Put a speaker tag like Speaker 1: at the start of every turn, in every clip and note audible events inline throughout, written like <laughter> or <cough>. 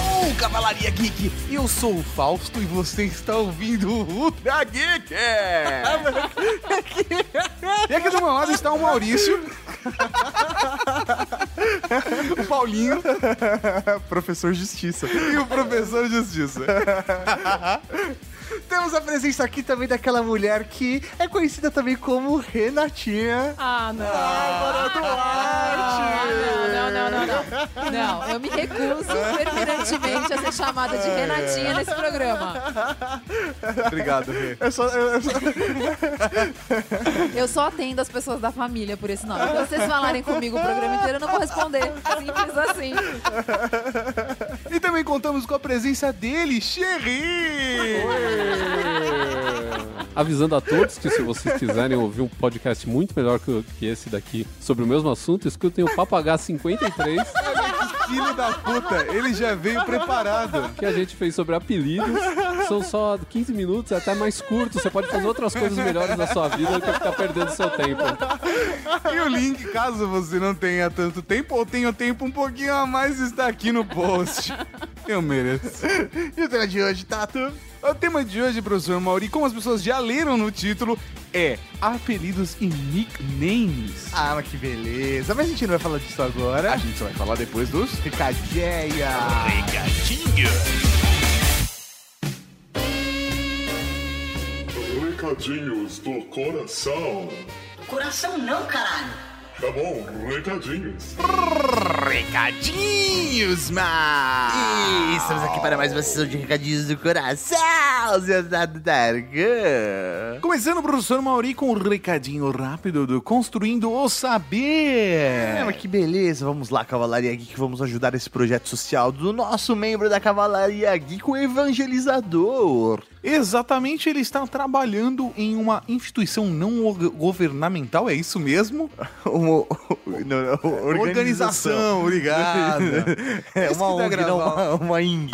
Speaker 1: um
Speaker 2: Cavalaria Geek. Eu sou o Fausto e você está ouvindo o Ultra Geek. <laughs> e aqui do meu lado está o Maurício. <laughs> o <laughs> Paulinho
Speaker 3: Professor Justiça.
Speaker 2: e o professor Justiça. <laughs> Temos a presença aqui também daquela mulher que é conhecida também como Renatinha.
Speaker 4: Ah, não. Ah, não, não, não, não, não. Não, eu me recuso permanentemente a ser chamada de Renatinha nesse programa.
Speaker 2: Obrigado, Rê.
Speaker 3: Eu só, eu- eu só-
Speaker 4: Eu só atendo as pessoas da família por esse nome. Quando vocês falarem comigo o programa inteiro, eu não vou responder. Simples assim.
Speaker 2: E também contamos com a presença dele, Xerri!
Speaker 5: Avisando a todos que se vocês quiserem ouvir um podcast muito melhor que, o- que esse daqui sobre o mesmo assunto, escutem o Papagá 53
Speaker 2: Filho da puta, ele já veio preparado.
Speaker 5: que a gente fez sobre apelidos. São só 15 minutos, é até mais curto. Você pode fazer outras coisas melhores na sua vida do que ficar perdendo seu tempo.
Speaker 2: E o link, caso você não tenha tanto tempo ou tenha tempo um pouquinho a mais, está aqui no post. Eu mereço. E o tema de hoje, Tato? O tema de hoje, professor Mauri, como as pessoas já leram no título, é apelidos e nicknames.
Speaker 3: Ah, mas que beleza. Mas a gente não vai falar disso
Speaker 2: A
Speaker 3: agora.
Speaker 2: gente só vai falar depois dos
Speaker 3: Ricadinha.
Speaker 6: Recadinhos do coração.
Speaker 1: Coração não, caralho.
Speaker 6: Tá bom, recadinhos.
Speaker 3: Recadinhos, mas... E estamos aqui para mais uma sessão de Recadinhos do Coração, seus dados Dargan.
Speaker 2: Começando, professor Mauri, com um recadinho rápido do Construindo o
Speaker 3: É, mas
Speaker 2: Saber.
Speaker 3: que beleza. Vamos lá, Cavalaria Geek, vamos ajudar esse projeto social do nosso membro da Cavalaria Geek, o <laughs> Evangelizador.
Speaker 2: Exatamente, ele está trabalhando em uma instituição não go- governamental, é isso mesmo?
Speaker 3: Uma, não, não, organização.
Speaker 2: obrigado.
Speaker 3: <laughs> É,
Speaker 2: Isso
Speaker 3: uma
Speaker 2: que dá
Speaker 3: ONG,
Speaker 2: gravar.
Speaker 3: não, uma, uma ING.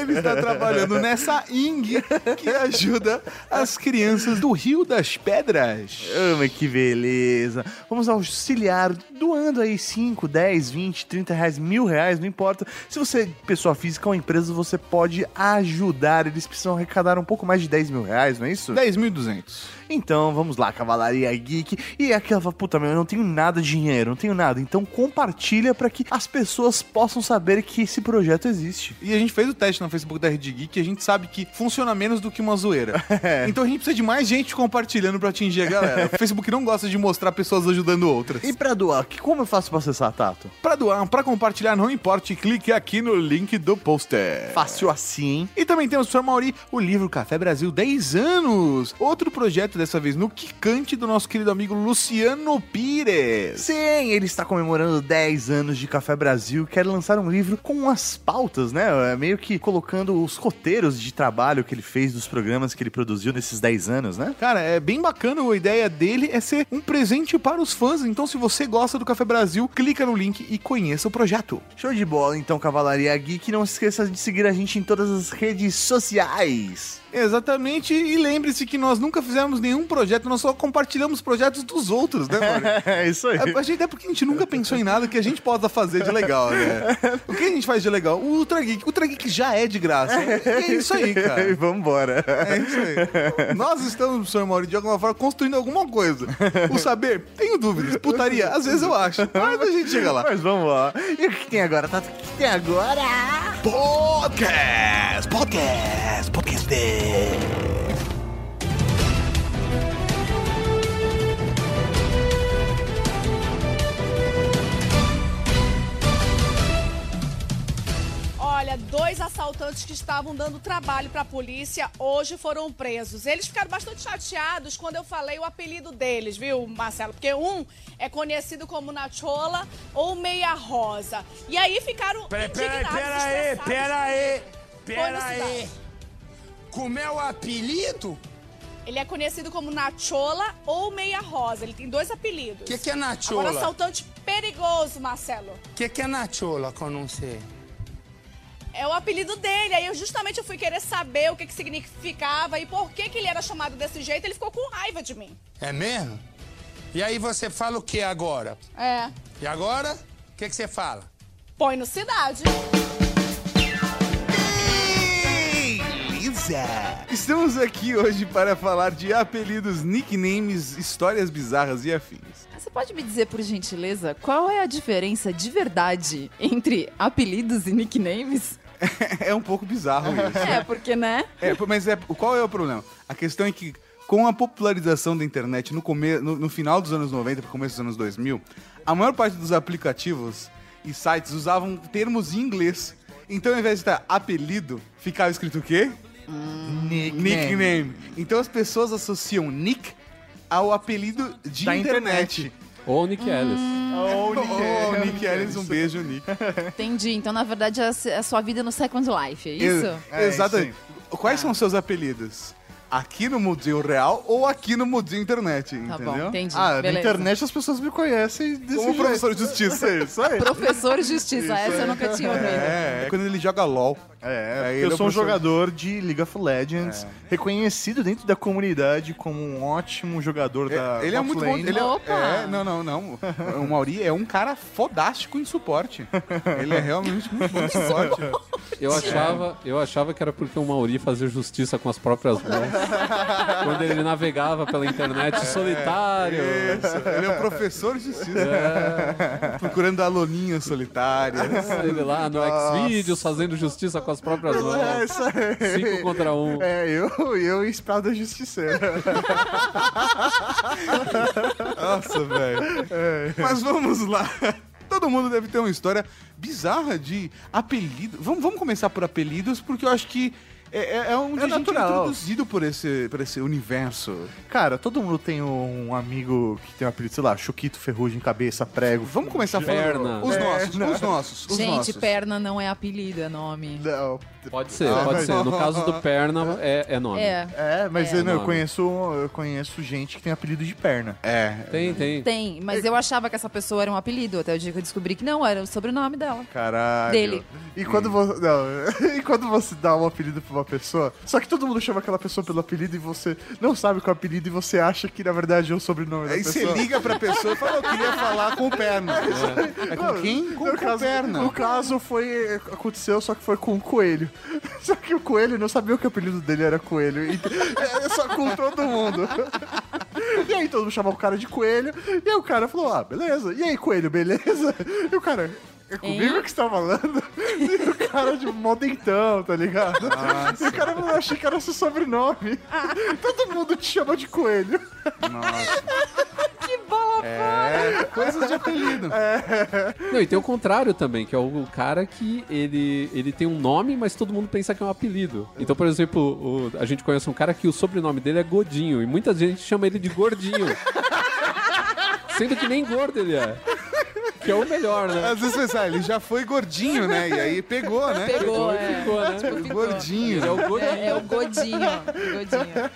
Speaker 2: Ele está trabalhando nessa ING que ajuda as crianças do Rio das Pedras.
Speaker 3: Ah, mas que beleza. Vamos auxiliar doando aí 5, 10, 20, 30 reais, mil reais, não importa. Se você é pessoa física ou empresa, você pode ajudar. Eles precisam arrecadar um pouco mais de 10 mil reais, não é isso?
Speaker 2: 10.200.
Speaker 3: Então, vamos lá, Cavalaria Geek. E aquela fala, puta, meu, eu não tenho nada de dinheiro, não tenho nada. Então compartilha pra que as pessoas possam saber que esse projeto existe.
Speaker 2: E a gente fez o teste no Facebook da Rede Geek e a gente sabe que funciona menos do que uma zoeira. Então a gente precisa de mais gente compartilhando pra atingir a galera. O Facebook não gosta de mostrar pessoas ajudando outras.
Speaker 3: E
Speaker 2: E
Speaker 3: pra doar, que, como eu faço pra acessar, Tato?
Speaker 2: pra doar, pra compartilhar, não importe, clique aqui no link do poster.
Speaker 3: Fácil assim, hein?
Speaker 2: E também temos, professor Mauri, o livro Café Brasil 10 anos. Outro projeto, dessa vez no Quicante, do nosso querido amigo Luciano Pires.
Speaker 3: Sim, ele está comemorando 10 anos de Café Brasil, quer lançar um livro com as pautas, né? É Meio que colocando os roteiros de trabalho que ele fez dos programas que ele produziu nesses 10 anos, né?
Speaker 2: Cara, é bem bacana a ideia dele é ser um presente para os fãs. Então, se você gosta do Café Brasil, clica no link e conheça o projeto.
Speaker 3: Show de bola, então, Cavalaria Geek. Não se esqueça de seguir a gente em todas as redes sociais.
Speaker 2: Exatamente, e lembre-se que nós nunca fizemos nenhum projeto, nós só compartilhamos projetos dos outros, né, mano?
Speaker 3: <laughs> É isso aí.
Speaker 2: É, a gente, é porque a gente nunca pensou em nada que a gente possa fazer de legal, né? O que a gente faz de legal? O Ultra Geek. O Ultra Geek já é de graça. E é isso aí, cara.
Speaker 3: <laughs> Vambora.
Speaker 2: É isso aí. Nós estamos, senhor Mauro, de alguma forma, construindo alguma coisa. O saber, tenho dúvidas. Putaria, às vezes eu acho. Mas a gente chega lá.
Speaker 3: Mas vamos lá. E o que tem agora, Tato? O que tem agora?
Speaker 2: Podcast! Podcast! Podcast!
Speaker 7: Olha, dois assaltantes que estavam dando trabalho para a polícia hoje foram presos. Eles ficaram bastante chateados quando eu falei o apelido deles, viu, Marcelo? Porque um é conhecido como Nachola ou Meia Rosa. E aí ficaram
Speaker 8: Pera, pera,
Speaker 7: indignados,
Speaker 8: pera aí,
Speaker 7: estressados.
Speaker 8: pera aí,
Speaker 7: Foi no
Speaker 8: pera
Speaker 7: cidade.
Speaker 8: aí. Como é o apelido?
Speaker 7: Ele é conhecido como Nachola ou Meia Rosa. Ele tem dois apelidos.
Speaker 8: O que, que é
Speaker 7: Agora,
Speaker 8: Nachola?
Speaker 7: assaltante perigoso, Marcelo.
Speaker 8: O que, que é Nachola, que eu não sei?
Speaker 7: É o apelido dele. Aí eu justamente eu fui querer saber o que, que significava e por que, que ele era chamado desse jeito. Ele ficou com raiva de mim.
Speaker 8: É mesmo? E aí você fala o que agora?
Speaker 7: É.
Speaker 8: E agora, o que, que você fala?
Speaker 7: Põe no cidade.
Speaker 3: Beleza!
Speaker 2: Estamos aqui hoje para falar de apelidos, nicknames, histórias bizarras e afins.
Speaker 4: Você pode me dizer, por gentileza, qual é a diferença de verdade entre apelidos e nicknames?
Speaker 2: É um pouco bizarro isso.
Speaker 4: É, porque, né?
Speaker 2: É, pô, mas é, qual é o problema? A questão é que, com a popularização da internet no, come, no, no final dos anos 90 para começo dos anos 2000, a maior parte dos aplicativos e sites usavam termos em inglês. Então, ao invés de estar apelido, ficava escrito o quê? Nickname. Então, as pessoas associam nick ao apelido de
Speaker 3: Da
Speaker 2: internet.
Speaker 5: Ou Nick Ellis.
Speaker 2: Oh, Nick Ellis, um beijo, Nick.
Speaker 4: Entendi. Então, na verdade, é a se- é a sua vida no Second Life, é isso?
Speaker 2: Ex-
Speaker 3: É,
Speaker 2: Exatamente. Quais são os seus apelidos? Aqui no mundinho real ou aqui no mundinho internet,
Speaker 4: Tá
Speaker 2: entendeu?
Speaker 4: bom, entendi.
Speaker 3: Ah, na
Speaker 4: Beleza.
Speaker 3: internet as pessoas me conhecem desse
Speaker 2: Como
Speaker 3: jeito.
Speaker 2: professor de justiça.
Speaker 3: É isso aí.
Speaker 4: Professor Justiça, essa eu nunca tinha ouvido.
Speaker 2: É, é quando ele joga LOL.
Speaker 3: É,
Speaker 2: Aí
Speaker 3: porque
Speaker 2: ele é o
Speaker 3: eu sou um
Speaker 2: professor- É.
Speaker 3: jogador de League of Legends, reconhecido dentro da comunidade como um ótimo jogador da
Speaker 2: É, ele é
Speaker 3: top
Speaker 2: muito bom.
Speaker 3: lane.
Speaker 2: Ele é,
Speaker 4: Opa!
Speaker 2: é, não, não, não. O Mauri é um cara fodástico em suporte. Ele é realmente muito
Speaker 3: <laughs>
Speaker 2: bom em suporte.
Speaker 5: Eu achava, eu achava que era porque o Mauri fazia justiça com as próprias mãos. Quando ele navegava pela internet solitário.
Speaker 2: Isso, ele é um professor de justiça.
Speaker 3: É.
Speaker 2: Procurando aluninhas solitárias.
Speaker 5: Ele lá no Xvideos fazendo justiça com as próprias
Speaker 3: É,
Speaker 5: mãos.
Speaker 3: isso aí.
Speaker 5: Cinco contra um.
Speaker 3: É, eu, <laughs> eu e espada justiceira.
Speaker 2: <laughs> Nossa, velho.
Speaker 3: É.
Speaker 2: Mas vamos lá. Todo mundo deve ter uma história bizarra de apelido. Vamos, vamos começar por apelidos, porque eu acho que é, é, é onde
Speaker 3: É
Speaker 2: a gente é
Speaker 3: natural.
Speaker 2: introduzido por esse, por esse universo.
Speaker 3: Cara, todo mundo tem um amigo que tem um apelido, sei lá, Chuquito, Ferrugem, Cabeça, Prego.
Speaker 2: Vamos começar falando
Speaker 5: Perna.
Speaker 2: os nossos, os nossos, os
Speaker 4: Gente,
Speaker 2: nossos.
Speaker 4: perna não é apelido, é nome.
Speaker 3: Não,
Speaker 5: Pode
Speaker 2: É
Speaker 5: ser, pode ser. No caso do
Speaker 2: <laughs>
Speaker 5: Perna, é, é nome.
Speaker 4: É,
Speaker 3: é, mas
Speaker 4: É.
Speaker 3: eu, não, eu,
Speaker 5: Nome.
Speaker 3: conheço, eu conheço gente que tem apelido de perna.
Speaker 2: É.
Speaker 5: Tem, tem.
Speaker 4: tem. Mas eu achava que essa pessoa era um apelido, até o dia que eu descobri que não, era o sobrenome dela.
Speaker 3: Caralho.
Speaker 4: Dele.
Speaker 3: E quando,
Speaker 2: Hum.
Speaker 3: você, não, <laughs> e quando você dá um apelido pra uma pessoa, só que todo mundo chama aquela pessoa pelo apelido e você não sabe qual é o apelido e você acha que na verdade é o sobrenome da
Speaker 2: Aí você
Speaker 3: pessoa.
Speaker 2: liga pra pessoa e fala, eu queria falar com o
Speaker 3: <laughs>
Speaker 2: perna. É. com quem? Com,
Speaker 3: no
Speaker 2: com
Speaker 3: caso,
Speaker 2: perna.
Speaker 3: no caso foi. Aconteceu, só que foi com o coelho. <laughs> Só que o coelho não sabia que o apelido dele era coelho. E, é, só com todo mundo. <laughs> E aí todo mundo chamava o cara de coelho. E aí o cara falou: Ah, beleza. E aí, coelho, beleza? E o cara. É comigo que você tá falando? E o cara de mó dentão, tá ligado? E o cara falou, "Eu achei que era seu sobrenome. Todo mundo te chama de coelho.
Speaker 2: É, coisas de apelido.
Speaker 5: Não, e tem o contrário também, que é o cara que ele, ele tem um nome, mas todo mundo pensa que é um apelido. Então, por exemplo, o- a gente conhece um cara que o sobrenome dele é Godinho, e muita gente chama ele de
Speaker 4: <laughs>
Speaker 5: Gordinho. Sendo que nem gordo ele é. Que é o melhor, né?
Speaker 2: Às vezes você sabe, ele já foi gordinho, né? E aí pegou, né?
Speaker 4: Pegou,
Speaker 5: Ele
Speaker 4: é.
Speaker 5: ficou, né?
Speaker 4: Tipo, ficou.
Speaker 2: Gordinho.
Speaker 5: Ele é o Godinho.
Speaker 4: É, é o Godinho, Godinho.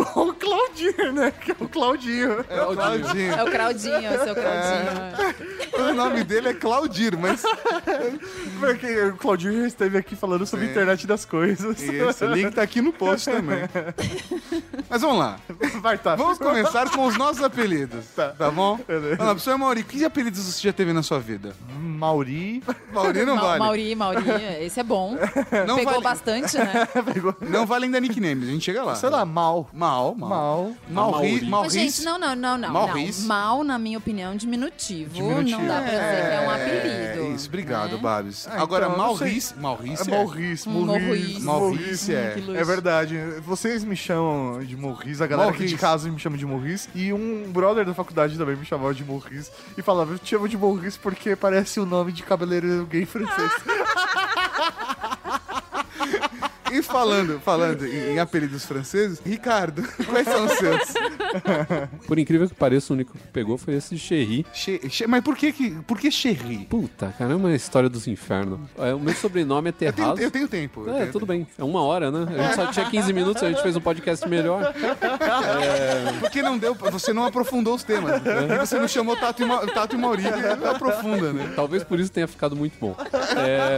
Speaker 3: Igual o Claudinho, né? Que é o Claudinho.
Speaker 2: É o Claudinho.
Speaker 4: É o Claudinho, é o seu Claudinho.
Speaker 2: O nome dele é Claudir, mas
Speaker 3: Porque o Claudinho já esteve aqui falando sobre a internet das coisas.
Speaker 2: isso, o link tá aqui no post também. Mas vamos lá.
Speaker 3: Vai tá.
Speaker 2: Vamos começar com os nossos apelidos, tá, bom? Vamos lá, professor Mauri, que apelidos você já teve na sua vida?
Speaker 3: Mauri.
Speaker 2: Mauri não
Speaker 4: Ma-
Speaker 2: vale.
Speaker 4: Mauri, Mauri, esse é bom.
Speaker 2: Não
Speaker 4: Pegou
Speaker 2: vale.
Speaker 4: bastante, né?
Speaker 2: Não vale ainda nicknames, a gente chega lá.
Speaker 3: Sei lá, mal.
Speaker 2: Mal, mal.
Speaker 3: Mal.
Speaker 2: Mauri.
Speaker 5: Mauri.
Speaker 4: Mas, gente,
Speaker 2: Maurice.
Speaker 4: não, não, não, não.
Speaker 2: Maurice.
Speaker 4: não. Mal, na minha opinião, diminutivo.
Speaker 2: Diminutivo.
Speaker 4: Não dá pra dizer que é um apelido.
Speaker 2: É, isso, obrigado,
Speaker 4: né?
Speaker 2: Babs.
Speaker 3: Ah,
Speaker 2: Agora,
Speaker 3: então, eu não sei.
Speaker 2: Maurice. Maurice.
Speaker 3: É
Speaker 2: é?
Speaker 3: Maurice,
Speaker 4: Hum, Maurice.
Speaker 3: Maurice.
Speaker 2: Maurice, é.
Speaker 4: Que luz.
Speaker 3: É verdade. Vocês me chamam de Maurice, a galera aqui
Speaker 2: Maurice.
Speaker 3: de casa me chama de Maurice. E um brother da faculdade também me chamava de Maurice. E falava, eu te chamo de Maurice porque parece o nome de cabeleireiro gay francês. <laughs>
Speaker 2: E falando, falando em, em apelidos franceses,
Speaker 3: <laughs>
Speaker 2: Ricardo, quais são os seus?
Speaker 5: Por incrível que pareça, o único que pegou foi esse Cherry.
Speaker 2: Che- che- mas por que que, por que Cherry?
Speaker 5: Puta, cara, é uma história dos infernos. É, O meu sobrenome é
Speaker 2: Eu tenho,
Speaker 5: Terrazo.
Speaker 2: eu tenho tempo. eu
Speaker 5: É,
Speaker 2: tenho
Speaker 5: tudo bem. É uma hora, né? A gente só tinha 15 minutos, a gente fez um podcast melhor.
Speaker 2: Porque não deu, você não aprofundou os temas. E você não chamou Tato e, Ma, Tato e Mauri, não aprofunda, né?
Speaker 5: Talvez por isso tenha ficado muito bom.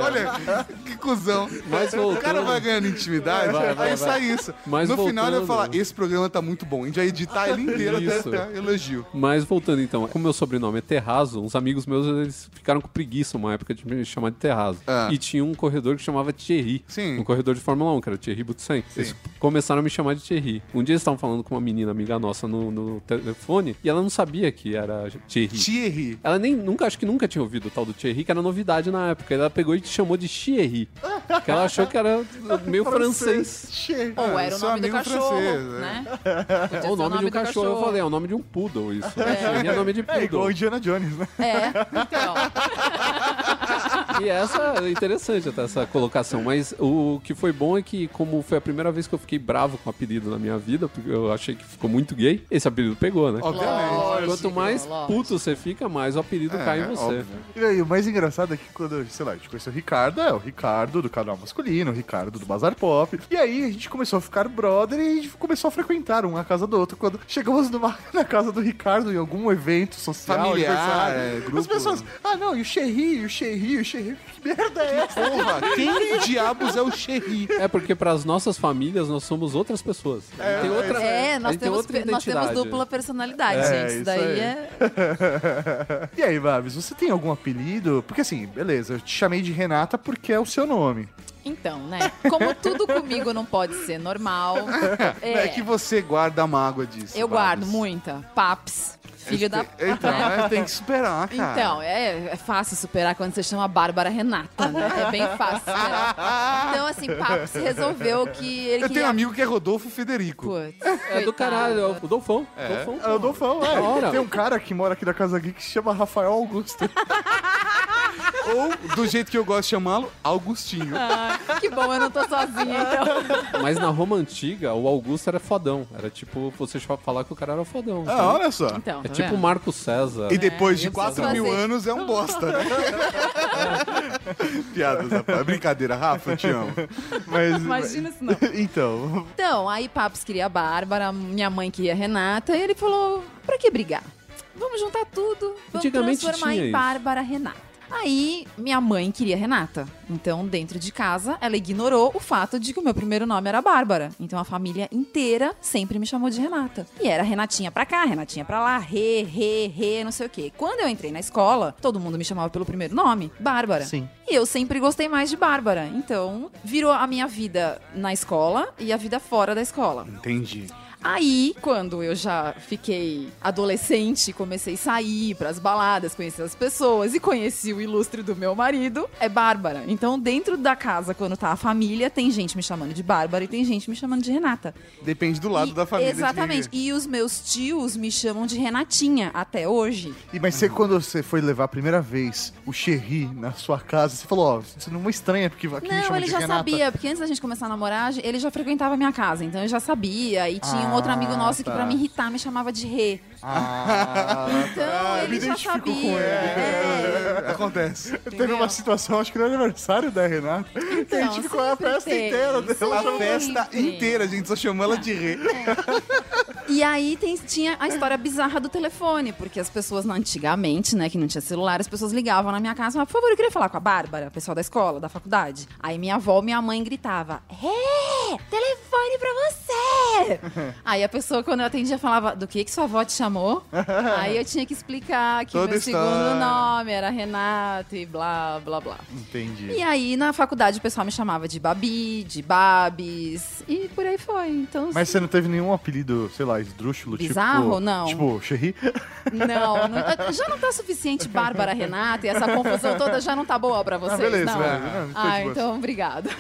Speaker 2: Olha, que cuzão.
Speaker 5: Mas
Speaker 2: O cara
Speaker 5: voltando-
Speaker 2: vai ganhando intimidade,
Speaker 5: Vai, vai,
Speaker 2: aí
Speaker 5: vai.
Speaker 2: sai isso.
Speaker 5: Mas
Speaker 2: no final ele vai
Speaker 5: voltando-
Speaker 2: falar, esse programa tá muito bom, a gente vai editar matar ele inteiro até,
Speaker 5: Isso.
Speaker 2: até elogio.
Speaker 5: Mas voltando então, como meu sobrenome é Terrazo, uns amigos meus eles ficaram com preguiça uma época de me chamar de Terrazo.
Speaker 2: Ah.
Speaker 5: E tinha um corredor que chamava Thierry.
Speaker 2: Sim.
Speaker 5: Um corredor de Fórmula 1, que era Thierry Butsen. Eles começaram a me chamar de Thierry. Um dia eles estavam falando com uma menina amiga nossa no, no telefone e ela não sabia que era Thierry.
Speaker 2: Thierry.
Speaker 5: Ela nem, nunca, acho que nunca tinha ouvido o tal do Thierry, que era novidade na época. Ela pegou e te chamou de Thierry. Que ela achou que era meio francês.
Speaker 3: Che-
Speaker 4: Ou
Speaker 2: Ah,
Speaker 4: era o
Speaker 2: só
Speaker 4: nome do
Speaker 2: amigo
Speaker 4: cachorro,
Speaker 2: francês,
Speaker 4: né? Podia ser
Speaker 5: Ou o nome de um
Speaker 4: do
Speaker 5: cachorro. Eu falei, é o nome de um poodle isso. Thierry É, nome de
Speaker 3: É igual o
Speaker 5: poodle.
Speaker 3: Indiana Jones, né?
Speaker 4: É, então.
Speaker 5: E essa é interessante até essa colocação, mas o que foi bom é que, como foi a primeira vez que eu fiquei bravo com apelido na minha vida, porque eu achei que ficou muito gay, esse apelido pegou, né?
Speaker 2: Obviamente.
Speaker 5: Quanto mais
Speaker 4: lógico.
Speaker 5: puto você fica, mais o apelido
Speaker 2: É,
Speaker 5: cai em você.
Speaker 2: óbvio.
Speaker 3: E aí, o mais engraçado é que quando, eu, sei lá, a gente conheceu o Ricardo, é o Ricardo do canal masculino, o Ricardo do Bazar Pop. E aí a gente começou a ficar brother e a gente começou a frequentar um a casa do outro. Quando chegamos numa- <laughs> na casa do Ricardo em algum evento social,
Speaker 2: Familiar,
Speaker 3: aniversário,
Speaker 2: é, grupo.
Speaker 3: as pessoas, ah não, e o Xerri, e o Xerri, e o Xerri, que merda é essa?
Speaker 2: Porra, quem diabos é o Thierry?
Speaker 5: É porque para as nossas famílias nós somos outras pessoas. tem outra,
Speaker 3: né?
Speaker 4: É,
Speaker 5: a
Speaker 4: nós
Speaker 5: gente tem
Speaker 4: temos,
Speaker 5: outra
Speaker 4: pe- nós temos
Speaker 5: identidade.
Speaker 4: dupla personalidade,
Speaker 3: É,
Speaker 4: gente. Isso
Speaker 3: isso
Speaker 4: daí
Speaker 3: aí.
Speaker 4: é.
Speaker 3: <laughs> E aí, Babs, você tem algum apelido? Porque assim, beleza, eu te chamei de Renata porque é o seu nome.
Speaker 4: Então, né? Como tudo comigo não pode ser normal.
Speaker 3: <laughs>
Speaker 2: É.
Speaker 4: É,
Speaker 2: que você guarda a mágoa disso.
Speaker 4: eu
Speaker 2: Babs.
Speaker 4: guardo muita. Paps. Filho da.
Speaker 2: Então,
Speaker 4: né?
Speaker 2: é, tem que esperar, cara.
Speaker 4: Então, é, é fácil superar quando você chama Bárbara Renata, né? É bem fácil superar. Então, assim, Paps resolveu que ele
Speaker 2: Eu
Speaker 4: queria...
Speaker 2: tenho um amigo que é Rodolfo Federico.
Speaker 4: Putz,
Speaker 5: É do caralho, é o Dolfão. Dolfão,
Speaker 3: É o Dolfão, é.
Speaker 5: Ora.
Speaker 3: Tem um cara que mora aqui na casa aqui que se chama Rafael Augusto.
Speaker 2: <laughs> Ou, do jeito que eu gosto de chamá-lo, Augustinho.
Speaker 4: Que bom, eu não tô sozinha, então.
Speaker 3: um-
Speaker 5: Mas na Roma antiga, o Augusto era fodão. Era tipo, você falar que o cara era fodão.
Speaker 2: Ah, olha só.
Speaker 4: então
Speaker 5: é
Speaker 4: tá
Speaker 5: tipo
Speaker 4: vendo?
Speaker 5: Marco César.
Speaker 2: E depois
Speaker 4: É,
Speaker 2: de
Speaker 4: eu
Speaker 2: 4
Speaker 4: preciso
Speaker 2: mil
Speaker 4: fazer.
Speaker 2: anos é um bosta, né? <laughs> Piadas, rapaz. Brincadeira, Rafa, eu te amo.
Speaker 3: <laughs>
Speaker 5: um-
Speaker 3: Mas,
Speaker 4: Imagina isso não.
Speaker 3: Então,
Speaker 4: Então, aí Papos queria a Bárbara, minha mãe queria a Renata, e ele falou: pra que brigar? Vamos juntar tudo, vamos
Speaker 5: Antigamente
Speaker 4: transformar
Speaker 5: tinha
Speaker 4: em
Speaker 5: isso.
Speaker 4: Bárbara Renata. Aí, minha mãe queria a Renata. Então, dentro de casa, ela ignorou o fato de que o meu primeiro nome era Bárbara. Então, a família inteira sempre me chamou de Renata. E era Renatinha pra cá, Renatinha pra lá, Re, Re, Re, não sei o quê. Quando eu entrei na escola, todo mundo me chamava pelo primeiro nome, Bárbara.
Speaker 3: Sim.
Speaker 4: E eu sempre gostei mais de Bárbara. Então, virou a minha vida na escola e a vida fora da escola.
Speaker 2: Entendi.
Speaker 4: Aí, quando eu já fiquei adolescente, comecei a sair pras baladas, conhecer as pessoas e conheci o ilustre do meu marido, é Bárbara. Então, dentro da casa, quando tá a família, tem gente me chamando de Bárbara e tem gente me chamando de Renata.
Speaker 2: Depende do lado
Speaker 4: E-
Speaker 2: da família. de-
Speaker 4: Exatamente. E os meus tios me chamam de Renatinha até hoje.
Speaker 3: e, mas você, quando você foi levar a primeira vez o Xerri na sua casa, você falou, ó, você não é uma estranha, porque aqui me
Speaker 4: Não,
Speaker 3: chama
Speaker 4: ele
Speaker 3: de
Speaker 4: já
Speaker 3: Renata.
Speaker 4: sabia, porque antes da gente começar a namorar, ele já frequentava a minha casa, então eu já sabia. E tinha um outro
Speaker 3: Ah,
Speaker 4: amigo nosso que,
Speaker 3: tá.
Speaker 4: pra me irritar, me chamava de Rê.
Speaker 3: <laughs> Ah,
Speaker 4: Então,
Speaker 3: tá.
Speaker 4: ele
Speaker 3: me
Speaker 4: já
Speaker 3: identifico
Speaker 4: sabia.
Speaker 3: com ele. né?
Speaker 4: É.
Speaker 2: Acontece.
Speaker 3: Teve uma situação, acho que no aniversário da Renata, que a gente ficou a
Speaker 4: Então, sempre
Speaker 3: festa
Speaker 4: tem.
Speaker 3: inteira né? dela.
Speaker 2: A festa
Speaker 4: Sempre.
Speaker 2: inteira, a gente só chamou ela de rei.
Speaker 4: E aí tem- tinha a história bizarra do telefone, porque as pessoas na- antigamente, né, que não tinha celular, as pessoas ligavam na minha casa e falavam, por favor, eu queria falar com a Bárbara, pessoal da escola, da faculdade. Aí minha avó, minha mãe gritava, Rê, telefone pra
Speaker 2: <laughs>
Speaker 4: você! aí a pessoa, quando eu atendia, falava, do que que sua avó te chamou? aí eu tinha que explicar que o
Speaker 2: Toda
Speaker 4: meu
Speaker 2: história.
Speaker 4: segundo nome era Renato e blá, blá, blá.
Speaker 3: Entendi.
Speaker 4: E aí, na faculdade, o pessoal me chamava de Babi, de Babis, e por aí foi. Então,
Speaker 3: Mas você não teve nenhum apelido, sei lá, esdrúxulo?
Speaker 4: Bizarro,
Speaker 3: tipo,
Speaker 4: não.
Speaker 3: Tipo, Xerri? <laughs>
Speaker 4: assim, Não, não- já não tá suficiente Bárbara Renata e essa confusão toda já não tá boa pra vocês,
Speaker 3: Ah, beleza,
Speaker 4: não.
Speaker 3: beleza. Não, então
Speaker 4: ah,
Speaker 3: de boa.
Speaker 4: então obrigada.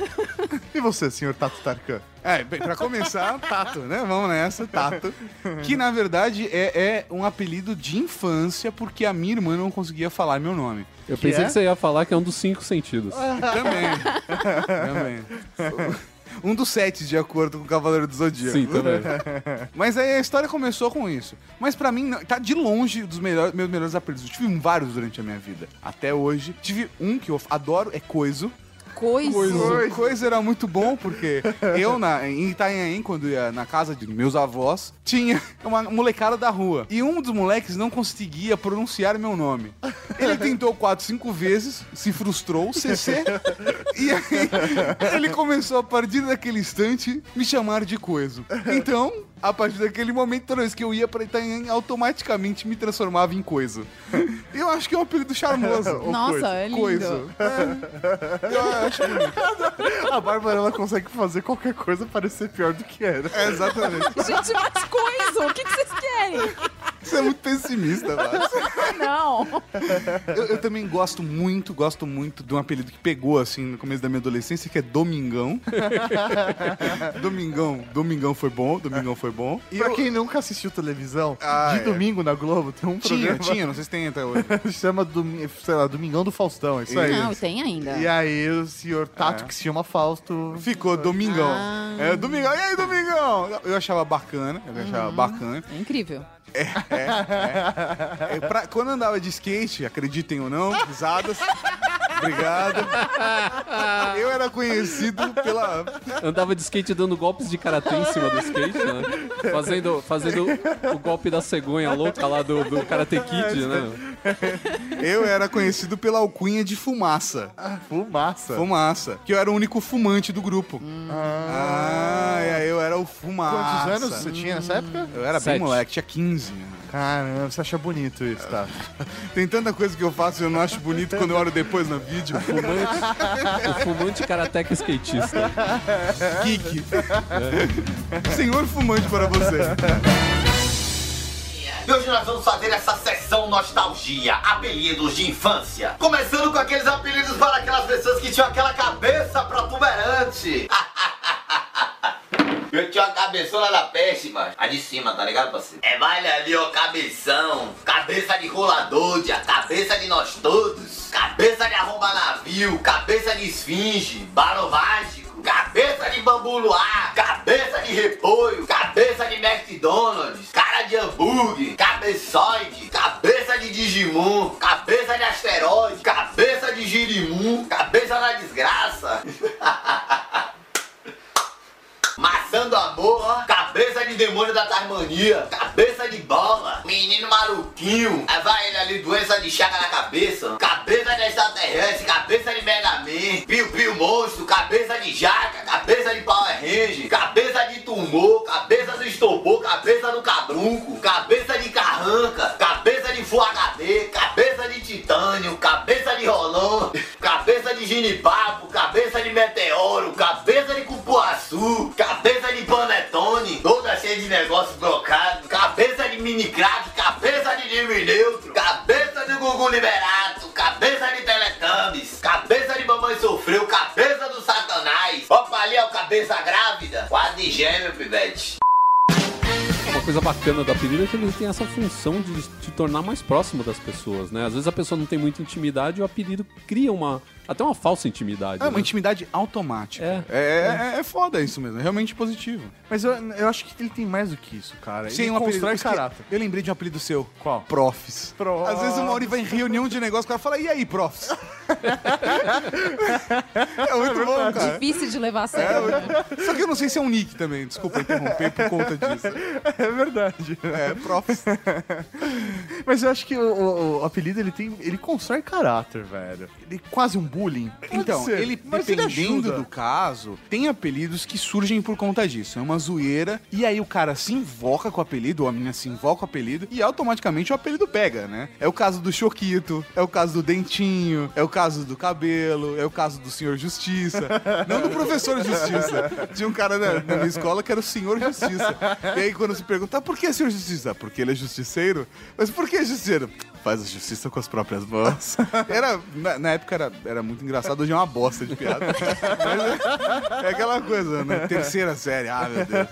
Speaker 3: E você, senhor Tato Tarkan?
Speaker 2: É, bem, pra começar, Tato, né? Vamos nessa, Tato. Que na verdade é, é um apelido de infância, porque a minha irmã não conseguia falar meu nome.
Speaker 5: Eu pensei
Speaker 3: é? Ah,
Speaker 5: que você ia falar que é um dos cinco sentidos.
Speaker 2: Também. <laughs> Também. Um dos sete, de acordo com o Cavaleiro do Zodíaco.
Speaker 5: Sim, também.
Speaker 3: <laughs>
Speaker 2: Mas aí a história começou com isso. Mas pra mim, não- tá de longe dos melhores, meus melhores apelidos. Eu tive vários durante a minha vida. Até hoje. Tive um que eu adoro, é Coiso.
Speaker 4: Coisa.
Speaker 2: Coiso. Coiso era muito bom, porque eu, na, em Itanhaém, quando ia na casa de meus avós, tinha uma molecada da rua. E um dos moleques não conseguia pronunciar meu nome. Ele tentou quatro, cinco vezes, se frustrou, CC, e aí ele começou, a partir daquele instante, me chamar de Coiso. Então... A partir daquele momento, toda vez que eu ia pra Itanhaém, automaticamente me transformava em coisa. Eu acho que é um apelido charmoso. Ô,
Speaker 4: <laughs> Nossa,
Speaker 2: coisa.
Speaker 4: é lindo.
Speaker 2: Coisa. É. Eu acho bonito.
Speaker 3: A Bárbara, ela consegue fazer qualquer coisa parecer pior do que era.
Speaker 2: É, exatamente.
Speaker 4: Gente, mas coisa, o que, que vocês querem?
Speaker 2: Você é muito pessimista, Márcio.
Speaker 4: Não.
Speaker 2: Eu, eu também gosto muito, gosto muito de um apelido que pegou, assim, no começo da minha adolescência, que é
Speaker 3: <laughs>
Speaker 2: Domingão. Domingão, Domingão foi bom, Domingão foi bom. E
Speaker 3: pra
Speaker 2: eu-
Speaker 3: quem nunca assistiu televisão,
Speaker 2: Ah,
Speaker 3: de
Speaker 2: é.
Speaker 3: domingo na Globo tem um
Speaker 2: Tinha,
Speaker 3: programa
Speaker 2: tinha, não sei se tem até hoje.
Speaker 3: <laughs> que chama, Domi- sei lá, Domingão do Faustão, é isso É. aí.
Speaker 4: Não, tem ainda.
Speaker 3: E aí o senhor Tato, que se chama Fausto...
Speaker 2: Ficou Domingão.
Speaker 4: Ah.
Speaker 2: É, Domingão, e aí, Domingão? Eu achava bacana, eu
Speaker 3: Hum.
Speaker 2: achava bacana.
Speaker 4: É incrível.
Speaker 2: É, pra- quando eu andava de skate, acreditem ou não, risadas. Obrigado. Eu era conhecido pela.
Speaker 5: Andava de skate dando golpes de karatê em cima do skate, né? Fazendo, fazendo o golpe da cegonha louca lá do, do Karate
Speaker 3: É,
Speaker 5: Kid, né?
Speaker 2: Eu era conhecido pela alcunha de fumaça.
Speaker 3: Fumaça.
Speaker 2: Fumaça. Que eu era o único fumante do grupo. Ah, e aí eu era o fumaça.
Speaker 3: Quantos anos você tinha nessa época?
Speaker 2: Eu era
Speaker 5: Sete.
Speaker 2: bem moleque, tinha 15. né?
Speaker 3: Caramba, você acha bonito isso, Tato.
Speaker 2: Tem tanta coisa que eu faço e eu não acho bonito quando eu olho depois no vídeo.
Speaker 5: Fumante, o fumante karateca skatista.
Speaker 2: Geek. Senhor fumante para você.
Speaker 9: E hoje nós vamos fazer essa sessão nostalgia, apelidos de infância. Começando com aqueles apelidos para aquelas pessoas que tinham aquela cabeça protuberante. Eu tinha uma cabeçona da peste, macho. A de cima, tá ligado, parceiro? É mais ali, ó, cabeção. Cabeça de roladúdia, cabeça de nós todos. Cabeça de arromba navio, cabeça de esfinge, barovágico. Cabeça de bambu luar, cabeça de repolho, cabeça de McDonald's, cara de hambúrguer, cabeçoide, cabeça de Digimon, cabeça de asteroide, cabeça de girimum, cabeça da desgraça. <laughs> Maçã do amor, ó. cabeça de demônio da Tasmania, cabeça de bola, menino maluquinho, aí vai ele ali, doença de chaga na cabeça, cabeça de extraterrestre, cabeça de Megaman, piu-piu monstro, cabeça de jaca, cabeça de Power Ranger, cabeça de tumor, cabeça do estopor, cabeça do cabrunco, cabeça de carranca, cabeça de Full HD, cabeça de titânio, cabeça de rolão, cabeça de ginipapo, cabeça de meteoro, cabeça de cupuaçu, cabeça de panetone, toda cheia de negócio brocado, cabeça de mini crack, cabeça de livre neutro, cabeça de Gugu Liberato, cabeça de Teletubbies, cabeça de mamãe sofreu, cabeça do satanás, opa ali é o cabeça grávida, quadrigêmeo, pivete.
Speaker 5: Uma coisa bacana do apelido é que ele tem essa função de te tornar mais próximo das pessoas, né? Às vezes a pessoa não tem muita intimidade e o apelido cria uma... Até uma falsa intimidade,
Speaker 2: É uma
Speaker 5: né?
Speaker 2: intimidade automática.
Speaker 5: É.
Speaker 2: É, é, é foda isso mesmo, é realmente positivo.
Speaker 3: Mas eu, eu acho que ele tem mais do que isso, cara.
Speaker 2: Sim,
Speaker 3: ele
Speaker 2: um
Speaker 3: constrói
Speaker 2: apelido-
Speaker 3: caráter.
Speaker 2: Eu lembrei de um apelido seu.
Speaker 3: Qual?
Speaker 2: Profs.
Speaker 3: Pro-
Speaker 2: Às vezes o Mauri vai em reunião de negócio, o cara fala, e aí, profs? <laughs> é muito bom, cara.
Speaker 4: Difícil de
Speaker 3: É,
Speaker 4: levar a sério. né?
Speaker 2: Só que eu não sei se é um nick também, desculpa interromper por conta disso.
Speaker 3: <laughs> É verdade.
Speaker 2: É, profs.
Speaker 3: Mas eu acho que o, o- o apelido ele tem. Ele constrói caráter, velho. Ele é quase um bullying.
Speaker 2: Então,
Speaker 3: ser,
Speaker 2: ele,
Speaker 3: mas ele
Speaker 2: dependendo
Speaker 3: ajuda.
Speaker 2: do caso, tem apelidos que surgem por conta disso. É uma zoeira, e aí o cara se invoca com o apelido, ou a menina se invoca com o apelido, e automaticamente o apelido pega, né? É o caso do Choquito, é o caso do Dentinho, é o caso do Cabelo, é o caso do Senhor Justiça. Não do Professor Justiça. Tinha um cara na, na minha escola que era o Senhor Justiça. E aí quando se pergunta, "Ah, por que Senhor Justiça? "Ah, Porque ele é justiceiro. Mas por que justiceiro? Faz a justiça com as próprias mãos. Era, na, na época era, era muito engraçado, hoje é uma bosta de piada. Mas é, é aquela coisa, né? Terceira série, ah, meu Deus.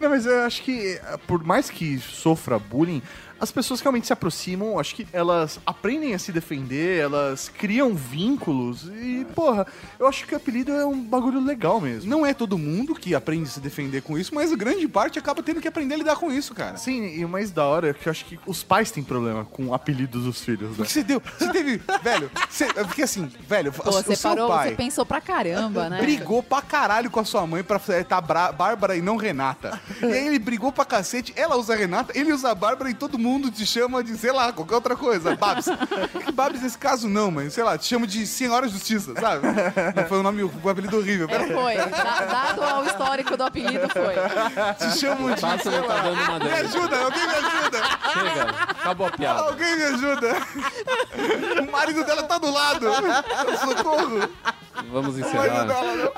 Speaker 3: Não, mas eu acho que, eh, por mais que sofra bullying, as pessoas que realmente se aproximam, acho que elas aprendem a se defender, elas criam vínculos e, porra, eu acho que o apelido é um bagulho legal mesmo.
Speaker 2: Não é todo mundo que aprende a se defender com isso, mas grande parte acaba tendo que aprender a lidar com isso, cara.
Speaker 3: Sim, e o mais da hora é que eu acho que os pais têm problema com o apelido dos filhos, né?
Speaker 2: Porque você deu, você teve, velho, você, é porque assim, velho,
Speaker 4: Pô,
Speaker 2: o
Speaker 4: você
Speaker 2: seu
Speaker 4: parou,
Speaker 2: pai
Speaker 4: você pensou pra caramba, né?
Speaker 2: brigou pra caralho com a sua mãe pra tá estar Bárbara e não Renata. E aí ele brigou pra cacete, ela usa Renata, ele usa Bárbara e todo mundo mundo te chama de, sei lá, qualquer outra coisa. Babs. <laughs> Babs nesse caso não, mas sei lá, te chamo de Senhora Justiça, sabe? Não foi um nome, um apelido horrível.
Speaker 4: É,
Speaker 2: pera-
Speaker 4: foi. Da- dado ao histórico do apelido, foi.
Speaker 2: Te chamo de.
Speaker 5: Passa,
Speaker 2: sei
Speaker 5: não tá
Speaker 2: lá,
Speaker 5: dando uma
Speaker 2: Me
Speaker 5: dela.
Speaker 2: ajuda, alguém me ajuda.
Speaker 5: Chega, acabou a piada.
Speaker 2: Alguém me ajuda. O marido dela tá do lado. Socorro.
Speaker 5: Vamos
Speaker 2: O marido
Speaker 5: encerrar
Speaker 2: dela.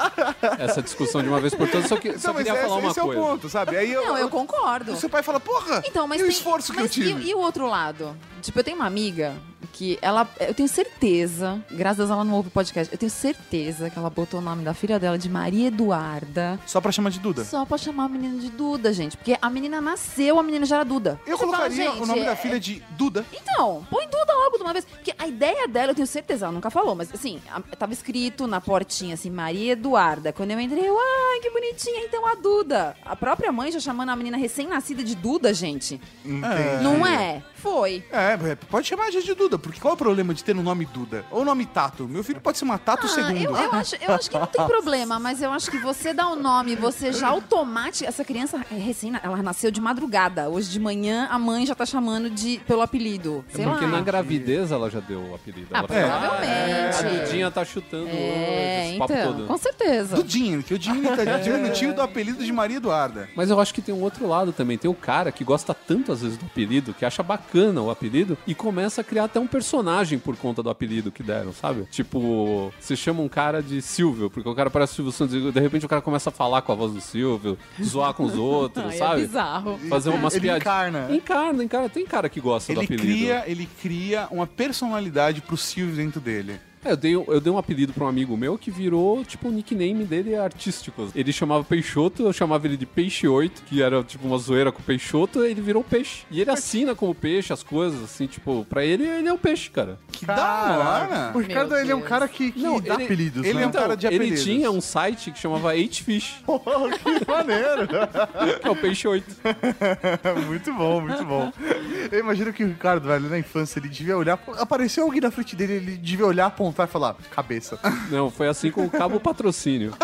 Speaker 2: Não,
Speaker 5: essa discussão de uma vez por todas. Só, que, só
Speaker 2: mas
Speaker 5: queria
Speaker 2: esse,
Speaker 5: falar uma
Speaker 2: esse é o
Speaker 5: coisa.
Speaker 2: ponto, sabe? Aí eu,
Speaker 4: Não, eu concordo.
Speaker 2: o seu pai fala, porra,
Speaker 4: Então, mas
Speaker 2: e o
Speaker 4: tem-
Speaker 2: esforço que eu
Speaker 4: mas
Speaker 2: tive?
Speaker 4: E, e o outro lado? Tipo, eu tenho uma amiga que ela. Eu tenho certeza, graças a Deus ela não ouve o podcast, eu tenho certeza que ela botou o nome da filha dela de Maria Eduarda.
Speaker 3: Só pra chamar de Duda.
Speaker 4: Só pra chamar a menina de Duda, gente. Porque a menina nasceu, a menina já era Duda.
Speaker 2: Eu
Speaker 4: Você fala,
Speaker 2: colocaria o
Speaker 4: gente,
Speaker 2: nome da
Speaker 4: é-
Speaker 2: filha de Duda.
Speaker 4: Então, põe Duda logo de uma vez. Porque a ideia dela, eu tenho certeza, ela nunca falou, mas assim, a- tava escrito na portinha assim, Maria Eduarda. Quando eu entrei, eu, ai, que bonitinha, então a Duda. A própria mãe já chamando a menina recém-nascida de Duda, gente. Não é? Foi.
Speaker 2: É, é, pode chamar a gente de Duda, porque qual é o problema de ter um nome Duda? Ou o nome Tato? Meu filho pode ser uma Tato
Speaker 4: Ah,
Speaker 2: segundo.
Speaker 4: eu, eu acho, eu acho que não tem problema, mas eu acho que você dá o nome, você já automaticamente. Essa criança é recém, ela nasceu de madrugada. Hoje de manhã a mãe já tá chamando de pelo apelido.
Speaker 5: É
Speaker 4: Sei
Speaker 5: porque
Speaker 4: lá. É,
Speaker 5: na gravidez ela já deu o apelido.
Speaker 4: Ah,
Speaker 5: Ela falou,
Speaker 4: provavelmente.
Speaker 5: "Ah, A Dudinha tá chutando
Speaker 4: É,
Speaker 5: esse papo
Speaker 4: então,
Speaker 5: todo. tipo,
Speaker 4: com certeza.
Speaker 2: Dudinho, que o Dinho
Speaker 5: É.
Speaker 2: tá diminuindo do apelido de Maria Eduarda.
Speaker 5: Mas eu acho que tem um outro lado também. Tem o cara que gosta tanto, às vezes, do apelido, que acha bacana o apelido e começa a criar até um personagem por conta do apelido que deram, sabe? Tipo, você chama um cara de Silvio, porque o cara parece o Silvio Santos e de repente o cara começa a falar com a voz do Silvio, zoar
Speaker 4: <laughs>
Speaker 5: com os outros,
Speaker 4: Ai, é
Speaker 5: sabe?
Speaker 4: bizarro.
Speaker 5: Fazer umas
Speaker 2: Ele
Speaker 5: piadinhas.
Speaker 2: encarna.
Speaker 5: Encarna, encarna. Tem cara que gosta do
Speaker 2: Ele
Speaker 5: apelido.
Speaker 2: cria, ele cria uma personalidade pro Silvio dentro dele.
Speaker 5: É, eu dei, eu dei um apelido pra um amigo meu que virou, tipo, o nickname dele é artístico. Ele chamava Peixoto, eu chamava ele de Peixe 8, que era, tipo, uma zoeira com o Peixoto, e ele virou Peixe. E ele assina como Peixe as coisas, assim, tipo, pra ele, ele é o Peixe, cara.
Speaker 2: Que da
Speaker 3: O
Speaker 2: hora!
Speaker 3: Ricardo,
Speaker 4: Meu
Speaker 3: ele é um
Speaker 4: Deus.
Speaker 3: cara que, que
Speaker 5: Não,
Speaker 3: dá
Speaker 5: ele-
Speaker 3: apelidos,
Speaker 2: ele
Speaker 3: né?
Speaker 2: é um cara de
Speaker 5: Então, Ele
Speaker 2: apelidos. Oh,
Speaker 5: tinha um site que chamava
Speaker 2: <laughs>
Speaker 5: 8Fish,
Speaker 3: que maneiro.
Speaker 5: que é o Peixe 8.
Speaker 3: muito bom, muito bom. Eu imagino que o Ricardo, velho, na infância, ele devia olhar... Apareceu alguém na frente dele, ele devia olhar, apontar e falar, cabeça.
Speaker 5: Não, foi assim com o Cabo Patrocínio.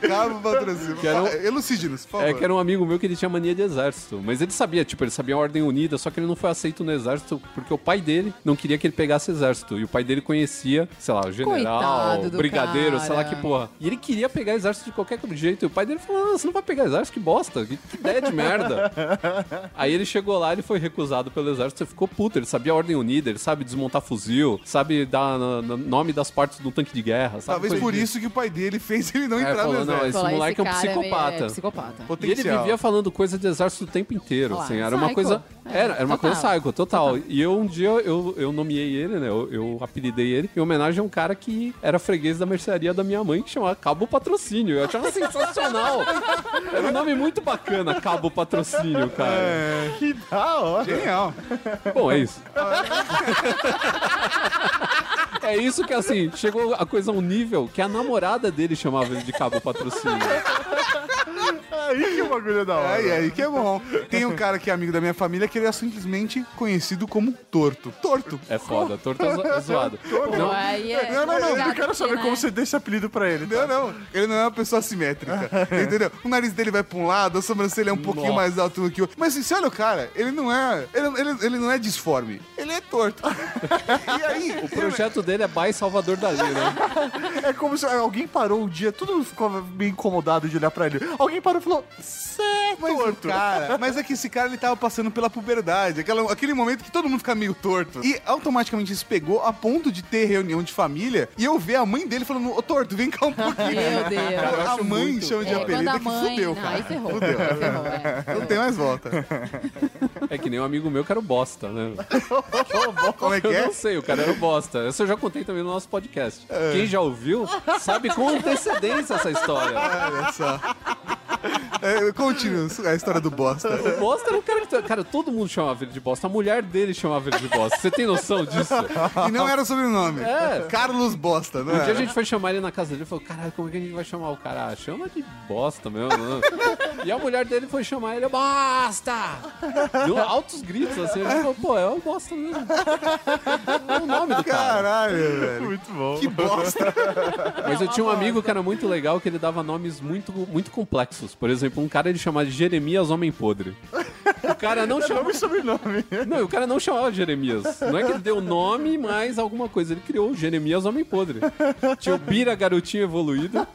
Speaker 2: Cabo patrocínio.
Speaker 5: Que era um-
Speaker 2: Fa- Elucide-nos, por favor.
Speaker 5: É que era um amigo meu que ele tinha mania de exército. Mas ele sabia, tipo, ele sabia a Ordem Unida, só que ele não foi aceito no exército porque o pai dele não queria que ele pegasse exército. E o pai dele conhecia, sei lá, o general,
Speaker 4: Coitado do
Speaker 5: brigadeiro, sei lá
Speaker 4: cara.
Speaker 5: que porra. E ele queria pegar exército de qualquer jeito. E o pai dele falou: não, você não vai pegar exército, que bosta, que, que ideia
Speaker 2: <laughs>
Speaker 5: de merda. Aí ele chegou lá, ele foi recusado pelo exército e ficou puto. Ele sabia a Ordem Unida, ele sabe desmontar fuzil, sabe dar na- na- nome das partes do tanque de guerra, sabe?
Speaker 2: Talvez
Speaker 5: Coisa
Speaker 2: por
Speaker 5: de-
Speaker 2: isso que o pai dele fez ele não
Speaker 5: Tá, É,
Speaker 2: entrar no
Speaker 5: falou, não,
Speaker 2: exército.
Speaker 5: esse
Speaker 4: Falar,
Speaker 5: moleque é um
Speaker 4: cara meio-
Speaker 5: psicopata.
Speaker 4: É, psicopata.
Speaker 5: E ele
Speaker 2: Potencial.
Speaker 5: vivia falando coisa de exército o tempo inteiro,
Speaker 4: Olha lá,
Speaker 5: assim, era uma
Speaker 4: psycho.
Speaker 5: coisa...
Speaker 4: É,
Speaker 5: Era, era uma
Speaker 4: total.
Speaker 5: coisa psycho, total. E eu, um dia, eu, eu nomeei ele, né, eu, eu apelidei ele em homenagem a um cara que era freguês da mercearia da minha mãe, que chamava Cabo Patrocínio. Eu achava sensacional. Era um nome muito bacana, Cabo Patrocínio, cara.
Speaker 3: Que da hora.
Speaker 2: Genial.
Speaker 5: Bom, é isso. É isso que, assim, chegou a coisa a um nível que a namorada dele chamava ele de Cabo Patrocínio.
Speaker 3: Aí que bagulho é da hora.
Speaker 2: Aí, aí que é bom. Tem um cara que é amigo da minha família que ele é simplesmente conhecido como Torto. Torto.
Speaker 5: É foda, torta zo é zoado. Não,
Speaker 4: Aí é
Speaker 3: Não, não, não. Eu
Speaker 4: complicado,
Speaker 3: quero saber
Speaker 4: né?
Speaker 3: como você deu esse apelido pra ele. tá?
Speaker 2: Não, não. Ele não é uma pessoa
Speaker 5: <laughs>
Speaker 2: simétrica. entendeu? O nariz dele vai pra um lado, a sobrancelha é um pouquinho
Speaker 5: Nossa.
Speaker 2: mais alto do que o outro. Mas assim, você olha o cara, ele não é. Ele, ele, ele não é disforme. Ele é torto. <laughs> e aí.
Speaker 5: o projeto dele é Bai Salvador Dali, né?
Speaker 3: É como se alguém parou um dia, todo mundo ficou meio incomodado de olhar pra ele. Alguém parou e falou, cê é
Speaker 2: Mas, o
Speaker 3: torto.
Speaker 2: cara, mas é que esse cara ele tava passando pela puberdade, aquela- aquele momento que todo mundo fica meio torto. E automaticamente isso pegou a ponto de ter reunião de família e eu ver a mãe dele falando: Ô torto, vem cá um pouquinho.
Speaker 4: Meu Deus.
Speaker 5: Cara, eu
Speaker 2: a
Speaker 5: acho
Speaker 2: mãe
Speaker 5: muito.
Speaker 2: chama de
Speaker 4: É, quando
Speaker 2: apelido
Speaker 4: a
Speaker 2: que
Speaker 4: mãe...
Speaker 2: fudeu,
Speaker 4: não,
Speaker 2: cara.
Speaker 4: Aí ferrou.
Speaker 2: Fudeu.
Speaker 4: aí ferrou, é.
Speaker 2: Não tem mais volta.
Speaker 5: É que nem um amigo meu que era o bosta, né?
Speaker 2: Como é que
Speaker 5: Eu
Speaker 2: é?
Speaker 5: não sei, o cara era o bosta. Isso eu já contei também no nosso podcast. Quem já ouviu sabe com antecedência essa história.
Speaker 2: Olha só. É, continua a história do bosta.
Speaker 5: O bosta era um cara que. Cara, todo mundo chamava ele de bosta. A mulher dele chamava ele de bosta. Você tem noção disso?
Speaker 2: E não era o sobrenome.
Speaker 5: É.
Speaker 2: Carlos Bosta, né? não
Speaker 5: Um dia a
Speaker 2: era?
Speaker 5: gente foi chamar ele na casa dele e falou: Caralho, como é que a gente vai chamar o cara? Ah, chama de bosta mesmo. né?" e a mulher dele foi chamar ele: "É Bosta! Deu altos gritos assim. Ele falou: Pô, é o bosta mesmo. É o nome do cara.
Speaker 2: Caralho, velho.
Speaker 3: Muito bom.
Speaker 2: Que bosta.
Speaker 5: Mas eu tinha um
Speaker 2: então.
Speaker 5: amigo que era muito legal, que ele dava nomes muito, muito complexos. Por exemplo, um cara ele chamava de Jeremias Homem Podre. O cara não chamava.
Speaker 3: Nome e sobrenome.
Speaker 5: Não, e o cara não chamava Jeremias. Não é que ele deu nome, mas alguma coisa. Ele criou o Jeremias Homem Podre. Tinha o Bira Garotinho Evoluído.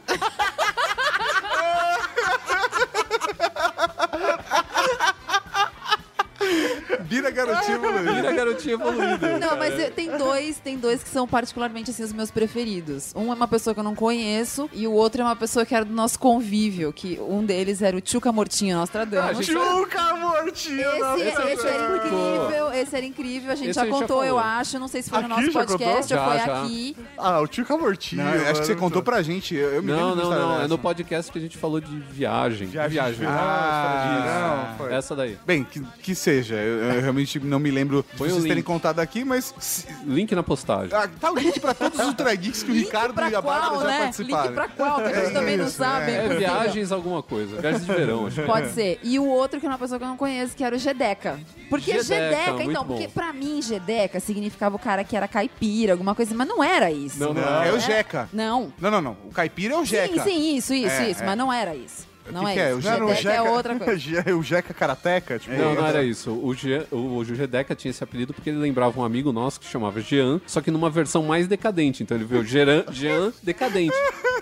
Speaker 2: Bira garotinho, mano.
Speaker 5: Bira Garotinho Evoluído.
Speaker 4: Não,
Speaker 5: cara.
Speaker 4: mas eu- tem dois, tem dois que são particularmente assim os meus preferidos. Um é uma pessoa que eu não conheço e o outro é uma pessoa que era do nosso convívio, que um deles era o Tchuca Mortinho
Speaker 5: Ah, a
Speaker 4: Nostradamus.
Speaker 5: gente-
Speaker 3: Chuca Mortinho!
Speaker 4: Esse, é. esse, era incrível, esse era incrível, a gente
Speaker 5: Esse
Speaker 4: já
Speaker 5: a gente já
Speaker 4: contou, eu
Speaker 5: falou.
Speaker 4: acho. Não sei se foi no
Speaker 3: Aqui
Speaker 4: nosso
Speaker 3: já contou?
Speaker 4: podcast ou
Speaker 5: Já,
Speaker 4: foi
Speaker 5: já.
Speaker 4: aqui.
Speaker 3: Ah, o Chuca Mortinho.
Speaker 2: acho que você contou pra gente. Eu, eu me
Speaker 5: Não,
Speaker 2: lembro de uma
Speaker 5: não,
Speaker 2: história
Speaker 5: não. É
Speaker 2: dessa.
Speaker 5: no podcast que a gente falou de viagem.
Speaker 3: Viagem.
Speaker 5: Viagem.
Speaker 2: Ah, não, foi.
Speaker 5: Essa daí.
Speaker 2: Bem, que, que seja. Eu, eu realmente não me lembro de
Speaker 5: Põe o
Speaker 2: vocês terem
Speaker 5: link.
Speaker 2: contado aqui, mas. se-
Speaker 5: Link na postagem.
Speaker 2: ah, tá o link pra todos os Ultra Geeks que o
Speaker 4: Link
Speaker 2: Ricardo
Speaker 4: pra
Speaker 2: e a Bárbara
Speaker 4: qual,
Speaker 2: já
Speaker 4: né?
Speaker 2: participaram.
Speaker 4: Link pra qual, que a gente
Speaker 2: É
Speaker 4: também não
Speaker 2: isso,
Speaker 4: sabe.
Speaker 2: é.
Speaker 5: É
Speaker 4: impossível.
Speaker 5: viagens alguma coisa. Viagens de verão, acho.
Speaker 4: Pode ser. E o outro que é uma pessoa que eu não conheço, que era o Gedeca. Porque
Speaker 5: Gedeca,
Speaker 4: Gedeca,
Speaker 5: muito
Speaker 4: então,
Speaker 5: bom.
Speaker 4: porque pra mim Gedeca significava o cara que era caipira, alguma coisa, mas não era isso.
Speaker 5: Não, não.
Speaker 2: É o Jeca.
Speaker 4: Não.
Speaker 2: Não, não, não. O caipira é o Jeca.
Speaker 4: né? Sim, sim, isso, isso,
Speaker 2: É,
Speaker 4: isso,
Speaker 2: é.
Speaker 4: mas não era isso. Não
Speaker 2: que
Speaker 4: é,
Speaker 2: que é? O
Speaker 4: isso.
Speaker 2: Jeca-
Speaker 4: Gedeca, é outra coisa.
Speaker 3: o Jeca
Speaker 2: É,
Speaker 3: Karateca? Tipo,
Speaker 5: Não, não era isso. O, Jean, o, o Gedeca tinha esse apelido porque ele lembrava um amigo nosso que chamava Jean, só que numa versão mais decadente. Então ele veio Jean, Jean decadente.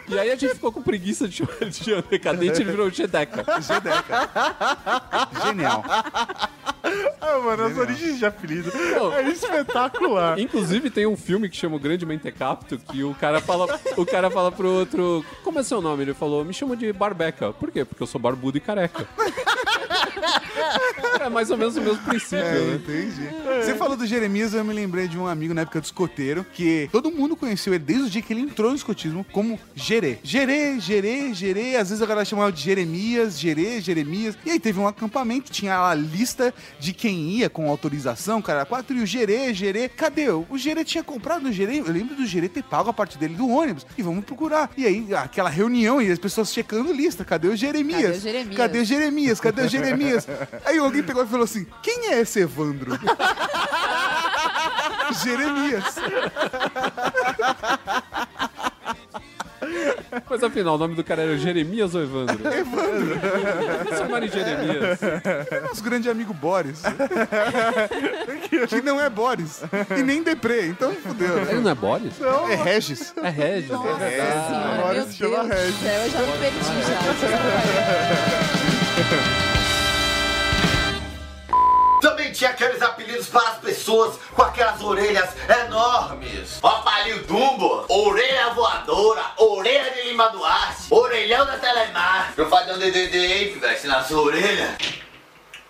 Speaker 5: E aí a gente ficou com preguiça de chamar ele de Jean decadente ele virou Gedeca.
Speaker 4: <laughs>
Speaker 2: Genial.
Speaker 3: Ah, mano, as origens de apelido
Speaker 5: Pô.
Speaker 3: é espetacular.
Speaker 5: Inclusive tem um filme que chama O Grande Mentecapto que o cara fala, o cara fala pro outro, como é seu nome? Ele falou, me chama de Barbeca. Por quê? Porque eu sou barbudo e careca. é mais ou menos o mesmo princípio,
Speaker 2: É,
Speaker 5: né?
Speaker 2: entendi. Você falou do Jeremias, eu me lembrei de um amigo na época do escoteiro, que todo mundo conheceu ele desde o dia que ele entrou no escotismo como Gerê. Gerê, Gerê, Gerê. Às vezes a galera chamava de Jeremias, Gerê, Jeremias. E aí teve um acampamento, tinha a lista de quem ia com autorização, cara, quatro, e o Gerê, Gerê. Cadê? O Gerê tinha comprado o Gerê. Eu lembro do Gerê ter pago a parte dele do ônibus. E vamos procurar. E aí, aquela reunião e as pessoas checando lista. Cadê o Jeremias?
Speaker 4: Cadê
Speaker 2: Cadê
Speaker 4: o Jeremias?
Speaker 2: o Jeremias? Cadê o
Speaker 4: <laughs>
Speaker 2: Jeremias? Aí alguém pegou e falou assim: quem é esse Evandro? <laughs> Jeremias.
Speaker 5: Mas afinal, o nome do cara era Jeremias ou
Speaker 2: <laughs>
Speaker 5: Evandro? Evandro. Chamarem Jeremias.
Speaker 2: Nosso grande amigo
Speaker 4: <laughs>
Speaker 2: Boris. que não é Boris. E nem Deprê, então fudeu.
Speaker 5: Ele não é Boris?
Speaker 2: É Regis.
Speaker 5: É Regis.
Speaker 4: Nossa
Speaker 5: é verdade.
Speaker 4: senhora,
Speaker 3: agora
Speaker 4: meu
Speaker 3: se
Speaker 4: Deus
Speaker 3: chama
Speaker 4: do
Speaker 3: Regis.
Speaker 4: céu, eu já me perdi já.
Speaker 9: Também tinha aqueles apelidos para as pessoas com aquelas orelhas enormes. Papalho Dumbo, orelha voadora, orelha de Lima Duarte, orelhão da Telemar. Eu fazia um DDD aí, pivete, na sua orelha.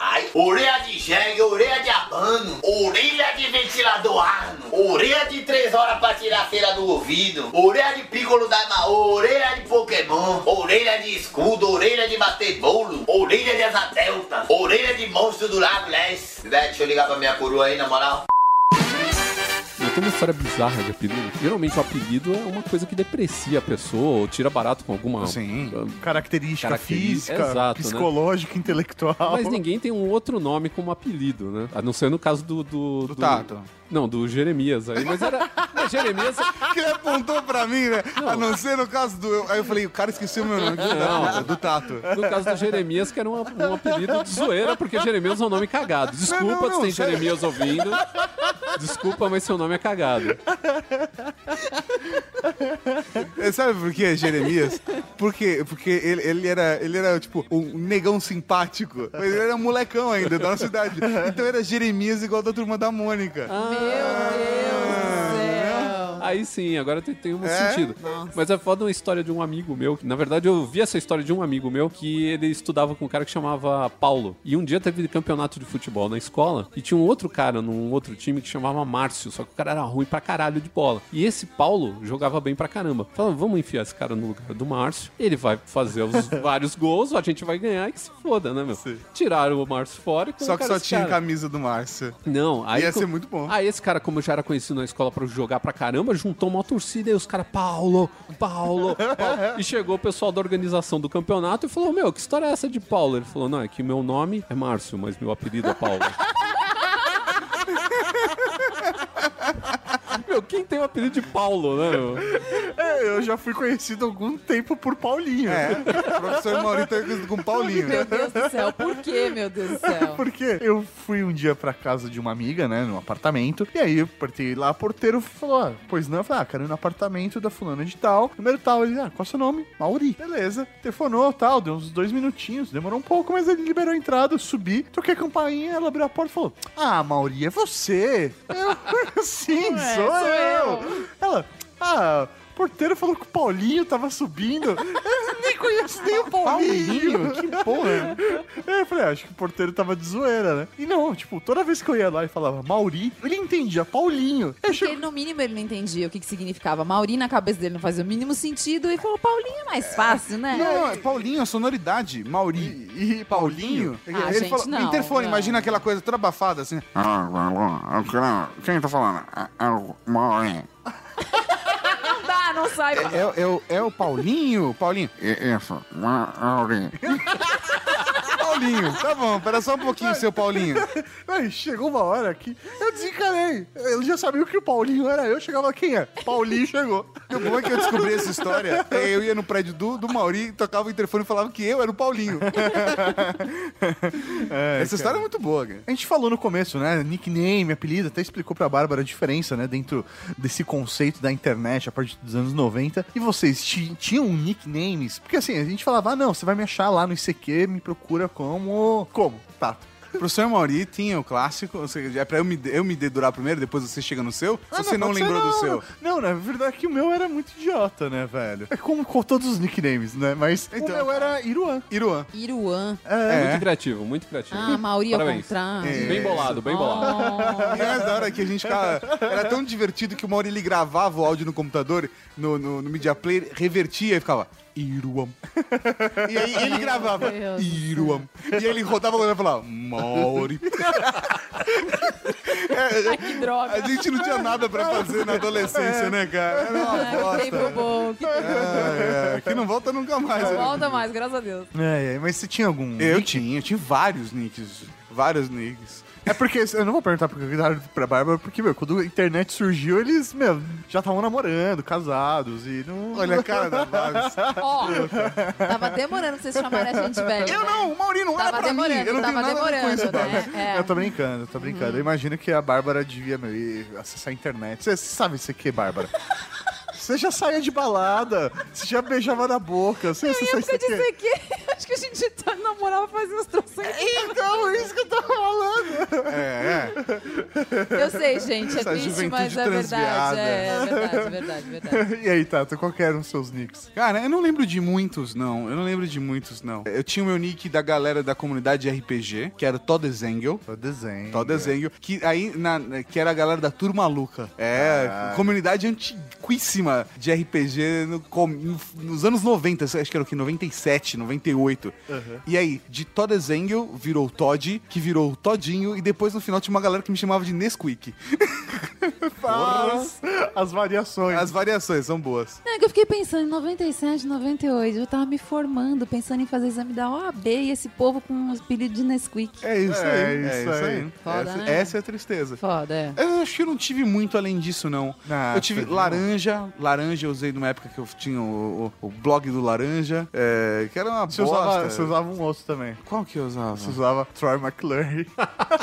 Speaker 9: Ai, orelha de jegue, orelha de abano, orelha de ventilador arno, orelha de três horas pra tirar a cera do ouvido, orelha de piccolo da Maô, orelha de Pokémon, orelha de escudo, orelha de bater bolo, orelha de asa delta, orelha de monstro do lago Leste. Né, deixa eu ligar pra minha coroa aí, na moral.
Speaker 5: Eu tenho uma história bizarra de apelido. Geralmente o apelido é uma coisa que deprecia a pessoa ou tira barato com alguma.
Speaker 2: Sim.
Speaker 3: Característica,
Speaker 5: Característica,
Speaker 3: física,
Speaker 5: exato, né?
Speaker 3: psicológica, intelectual.
Speaker 5: Mas ninguém tem um outro nome como apelido, né? A não ser no caso do. Do, do-
Speaker 2: Tato.
Speaker 5: Não, do Jeremias aí. Mas era. mas Jeremias.
Speaker 2: Que ele apontou pra mim, né? A não ser no caso do. Aí eu falei, o cara esqueceu meu nome. Que
Speaker 5: Não.
Speaker 2: do Tato.
Speaker 5: No caso do Jeremias, que era um, um apelido de zoeira, porque Jeremias é um nome cagado. Desculpa
Speaker 2: Não, não, não,
Speaker 5: se tem
Speaker 2: sério.
Speaker 5: Jeremias ouvindo. Desculpa, mas seu nome é cagado.
Speaker 2: É, Sabe por quê, Jeremias? Porque, porque ele, ele era, ele era, tipo, um negão simpático. Mas ele era um molecão ainda, da nossa idade. Então era Jeremias igual da turma da Mônica.
Speaker 5: Aí sim, agora tem, tem um
Speaker 2: É?
Speaker 5: sentido. Mas é foda uma história de um amigo meu. que, Na verdade, eu vi essa história de um amigo meu que ele estudava com um cara que chamava Paulo. E um dia teve campeonato de futebol na escola e tinha um outro cara num outro time que chamava Márcio. Só que o cara era ruim pra caralho de bola. E esse Paulo jogava bem pra caramba. Falando, vamos enfiar esse cara no lugar do Márcio. Ele vai fazer os <laughs> vários gols, a gente vai ganhar e que se foda, né, meu? Tiraram o Márcio fora e
Speaker 2: Só que
Speaker 5: colocaram
Speaker 2: só
Speaker 5: esse
Speaker 2: tinha
Speaker 5: cara.
Speaker 2: camisa do Márcio.
Speaker 5: Não, aí.
Speaker 2: Ia
Speaker 5: co-
Speaker 2: ser muito bom.
Speaker 5: Aí esse cara, como já era conhecido na escola pra jogar pra caramba, juntou uma torcida e os caras, Paulo, Paulo, <laughs> Paulo. e chegou o pessoal da organização do campeonato e falou: Meu, que história é essa de Paulo? Ele falou: Não, é que meu nome é Márcio, mas <laughs> meu apelido é Paulo. Meu, Quem tem o apelido de Paulo, né? meu?
Speaker 3: É, eu já fui conhecido há algum tempo por Paulinho.
Speaker 2: É, o professor Maurício é conhecido com Paulinho.
Speaker 10: Meu Deus do céu, por que, meu Deus do céu?
Speaker 3: Porque eu fui um dia pra casa de uma amiga, né, num apartamento, e aí eu partei lá, o porteiro falou, ah, pois não, eu falei, ah, cara, no apartamento da fulana de tal, número tal, ele, ah, qual é o seu nome? Mauri. Beleza, telefonou, tal, deu uns dois minutinhos, demorou um pouco, mas ele liberou a entrada, eu subi, toquei a campainha, ela abriu a porta e falou, ah, Mauri, é você? Eu, sim,
Speaker 10: Ué,
Speaker 3: sou,
Speaker 10: sou
Speaker 3: eu.
Speaker 10: eu.
Speaker 3: Ela, ah... O porteiro falou que o Paulinho tava subindo. Eu nem conheço nem o Paulinho.
Speaker 2: Que porra.
Speaker 3: É, eu falei, acho que o porteiro tava de zoeira, né? E não, tipo, toda vez que eu ia lá e falava Mauri, ele entendia Paulinho. Eu
Speaker 10: Porque
Speaker 3: chego...
Speaker 10: ele, no mínimo, ele não entendia o que, que significava. Mauri na cabeça dele não fazia o mínimo sentido e falou, Paulinho é mais fácil, né?
Speaker 2: Não, não, é Paulinho, a sonoridade. Mauri.
Speaker 3: E, e
Speaker 2: Paulinho?
Speaker 10: Ah, gente, não,
Speaker 2: interfone,
Speaker 10: não.
Speaker 2: imagina aquela coisa toda abafada assim.
Speaker 3: Ah,
Speaker 2: Quem tá falando? É o Mauri.
Speaker 10: Não dá, não sai.
Speaker 2: É, é o- é o Paulinho? Paulinho. Isso, Mauri. <laughs> Paulinho, tá bom, pera só um pouquinho, seu Paulinho.
Speaker 3: Aí chegou uma hora que eu desencanei. Ele já sabia que o Paulinho era eu, chegava quem é? Paulinho <laughs> chegou.
Speaker 2: E O bom é que eu descobri essa história. é, Eu ia no prédio do, do Mauri, tocava o interfone e falava que eu era o Paulinho. essa história <laughs> é muito boa, cara.
Speaker 3: A gente falou no começo, né? Nickname, apelido, até explicou pra Bárbara a diferença, né? Dentro desse conceito da internet a partir dos anos 90. E vocês ti- tinham nicknames? Porque assim, a gente falava, ah, não, você vai me achar lá no ICQ, me procura como. Como? Tato.
Speaker 2: O professor Mauri tinha o clássico, ou seja, é pra eu me, eu me dedurar primeiro, depois você chega no seu,
Speaker 3: Ah,
Speaker 2: você não,
Speaker 3: pode ser,
Speaker 2: lembrou do seu.
Speaker 3: Não, na verdade é que o meu era muito idiota, né, velho? É como com todos os nicknames, né? Mas o
Speaker 2: Então.
Speaker 3: meu era Iruan.
Speaker 2: Iruan.
Speaker 10: Iruan.
Speaker 5: É Muito criativo, muito criativo.
Speaker 10: Ah, Mauri ao
Speaker 5: Parabéns.
Speaker 10: contrário.
Speaker 2: É.
Speaker 5: Bem bolado, bem bolado.
Speaker 10: Oh.
Speaker 2: <laughs> E era da hora que a gente ficava. Era tão divertido que o Mauri ele gravava o áudio no computador, no, no, no Media Player, revertia e ficava. Iruam. E aí ele gravava.
Speaker 10: Deus do
Speaker 2: Iruam. E ele rodava e falava. Mauri.
Speaker 10: Ai, que droga.
Speaker 2: A gente não tinha nada pra fazer na adolescência, né, cara? Era uma
Speaker 10: Ai, que tempo
Speaker 2: bosta.
Speaker 10: bom. Que tempo
Speaker 2: É, é, que não volta nunca mais.
Speaker 10: bom.
Speaker 2: né?
Speaker 10: Volta mais, graças a Deus.
Speaker 3: É, é, mas você tinha algum.
Speaker 2: Eu
Speaker 3: nick?
Speaker 2: tinha, eu tinha vários nicks. Vários nicks.
Speaker 3: É porque eu não vou perguntar pro Guilherme e pra Bárbara, porque, meu, quando a internet surgiu, eles, meu, já estavam namorando, casados e não.
Speaker 2: Olha a cara da Babs.
Speaker 3: <laughs>
Speaker 10: Ó, tava demorando pra vocês chamarem a gente velho.
Speaker 2: Eu não, o Mauri não era
Speaker 10: Tava
Speaker 2: pra mim.
Speaker 10: demorando,
Speaker 2: Eu não tenho
Speaker 10: tava
Speaker 2: nada a ver com
Speaker 10: demorando,
Speaker 2: isso, Babs.
Speaker 10: né? É. Uhum.
Speaker 3: Eu tô brincando, eu tô brincando. Eu imagino que a Bárbara devia, meu, ir acessar a internet. Você sabe isso
Speaker 10: <laughs>
Speaker 3: aqui, Bárbara? Você já saía de balada, você já beijava na boca, você
Speaker 10: Em
Speaker 3: acessava
Speaker 10: época de
Speaker 3: isso aqui.
Speaker 10: CQ, acho que <laughs> a gente tá- namorava fazia uns trocentos.
Speaker 3: Então, é isso que eu tô falando.
Speaker 2: É, é.
Speaker 10: Eu sei, gente, é
Speaker 2: Essa
Speaker 10: triste,
Speaker 2: juventude
Speaker 10: mas é verdade.
Speaker 2: transviada.
Speaker 10: É, é verdade, verdade, verdade.
Speaker 3: <laughs> E aí, Tato, qual que eram os seus nicks?
Speaker 2: Cara, eu não lembro de muitos, não. Eu não lembro de muitos, não. Eu tinha o meu nick da galera da comunidade RPG, que era o Todd Zengel.
Speaker 3: Só desenho.
Speaker 2: Todd Zengel, que aí na- na- que era a galera da Turma Maluca. É, comunidade antiquíssima de RPG no com- no- nos anos 90, acho que era o que? 97, 98. E aí, de Todd Zengel virou Todd, que virou Todinho, e depois no final tinha uma galera que me chamava de Nesquik.
Speaker 3: As, as variações.
Speaker 2: As variações são boas.
Speaker 10: Não, é que eu fiquei pensando, em 97, 98, eu tava me formando, pensando em fazer exame da OAB e esse povo com um apelido de Nesquik.
Speaker 2: É isso
Speaker 3: É
Speaker 2: aí.
Speaker 3: isso aí.
Speaker 10: Foda,
Speaker 2: essa,
Speaker 10: né?
Speaker 2: essa é a tristeza.
Speaker 10: Foda, é.
Speaker 2: Eu acho que eu não tive muito além disso, não.
Speaker 3: Ah,
Speaker 2: eu tive
Speaker 3: tá de
Speaker 2: laranja. Laranja eu usei numa época que eu tinha o, o- o blog do laranja. é, que era uma
Speaker 3: Você
Speaker 2: bosta.
Speaker 3: usava, você usava um outro também.
Speaker 2: Qual que eu usava?
Speaker 3: Você usava Troy <laughs> McClure.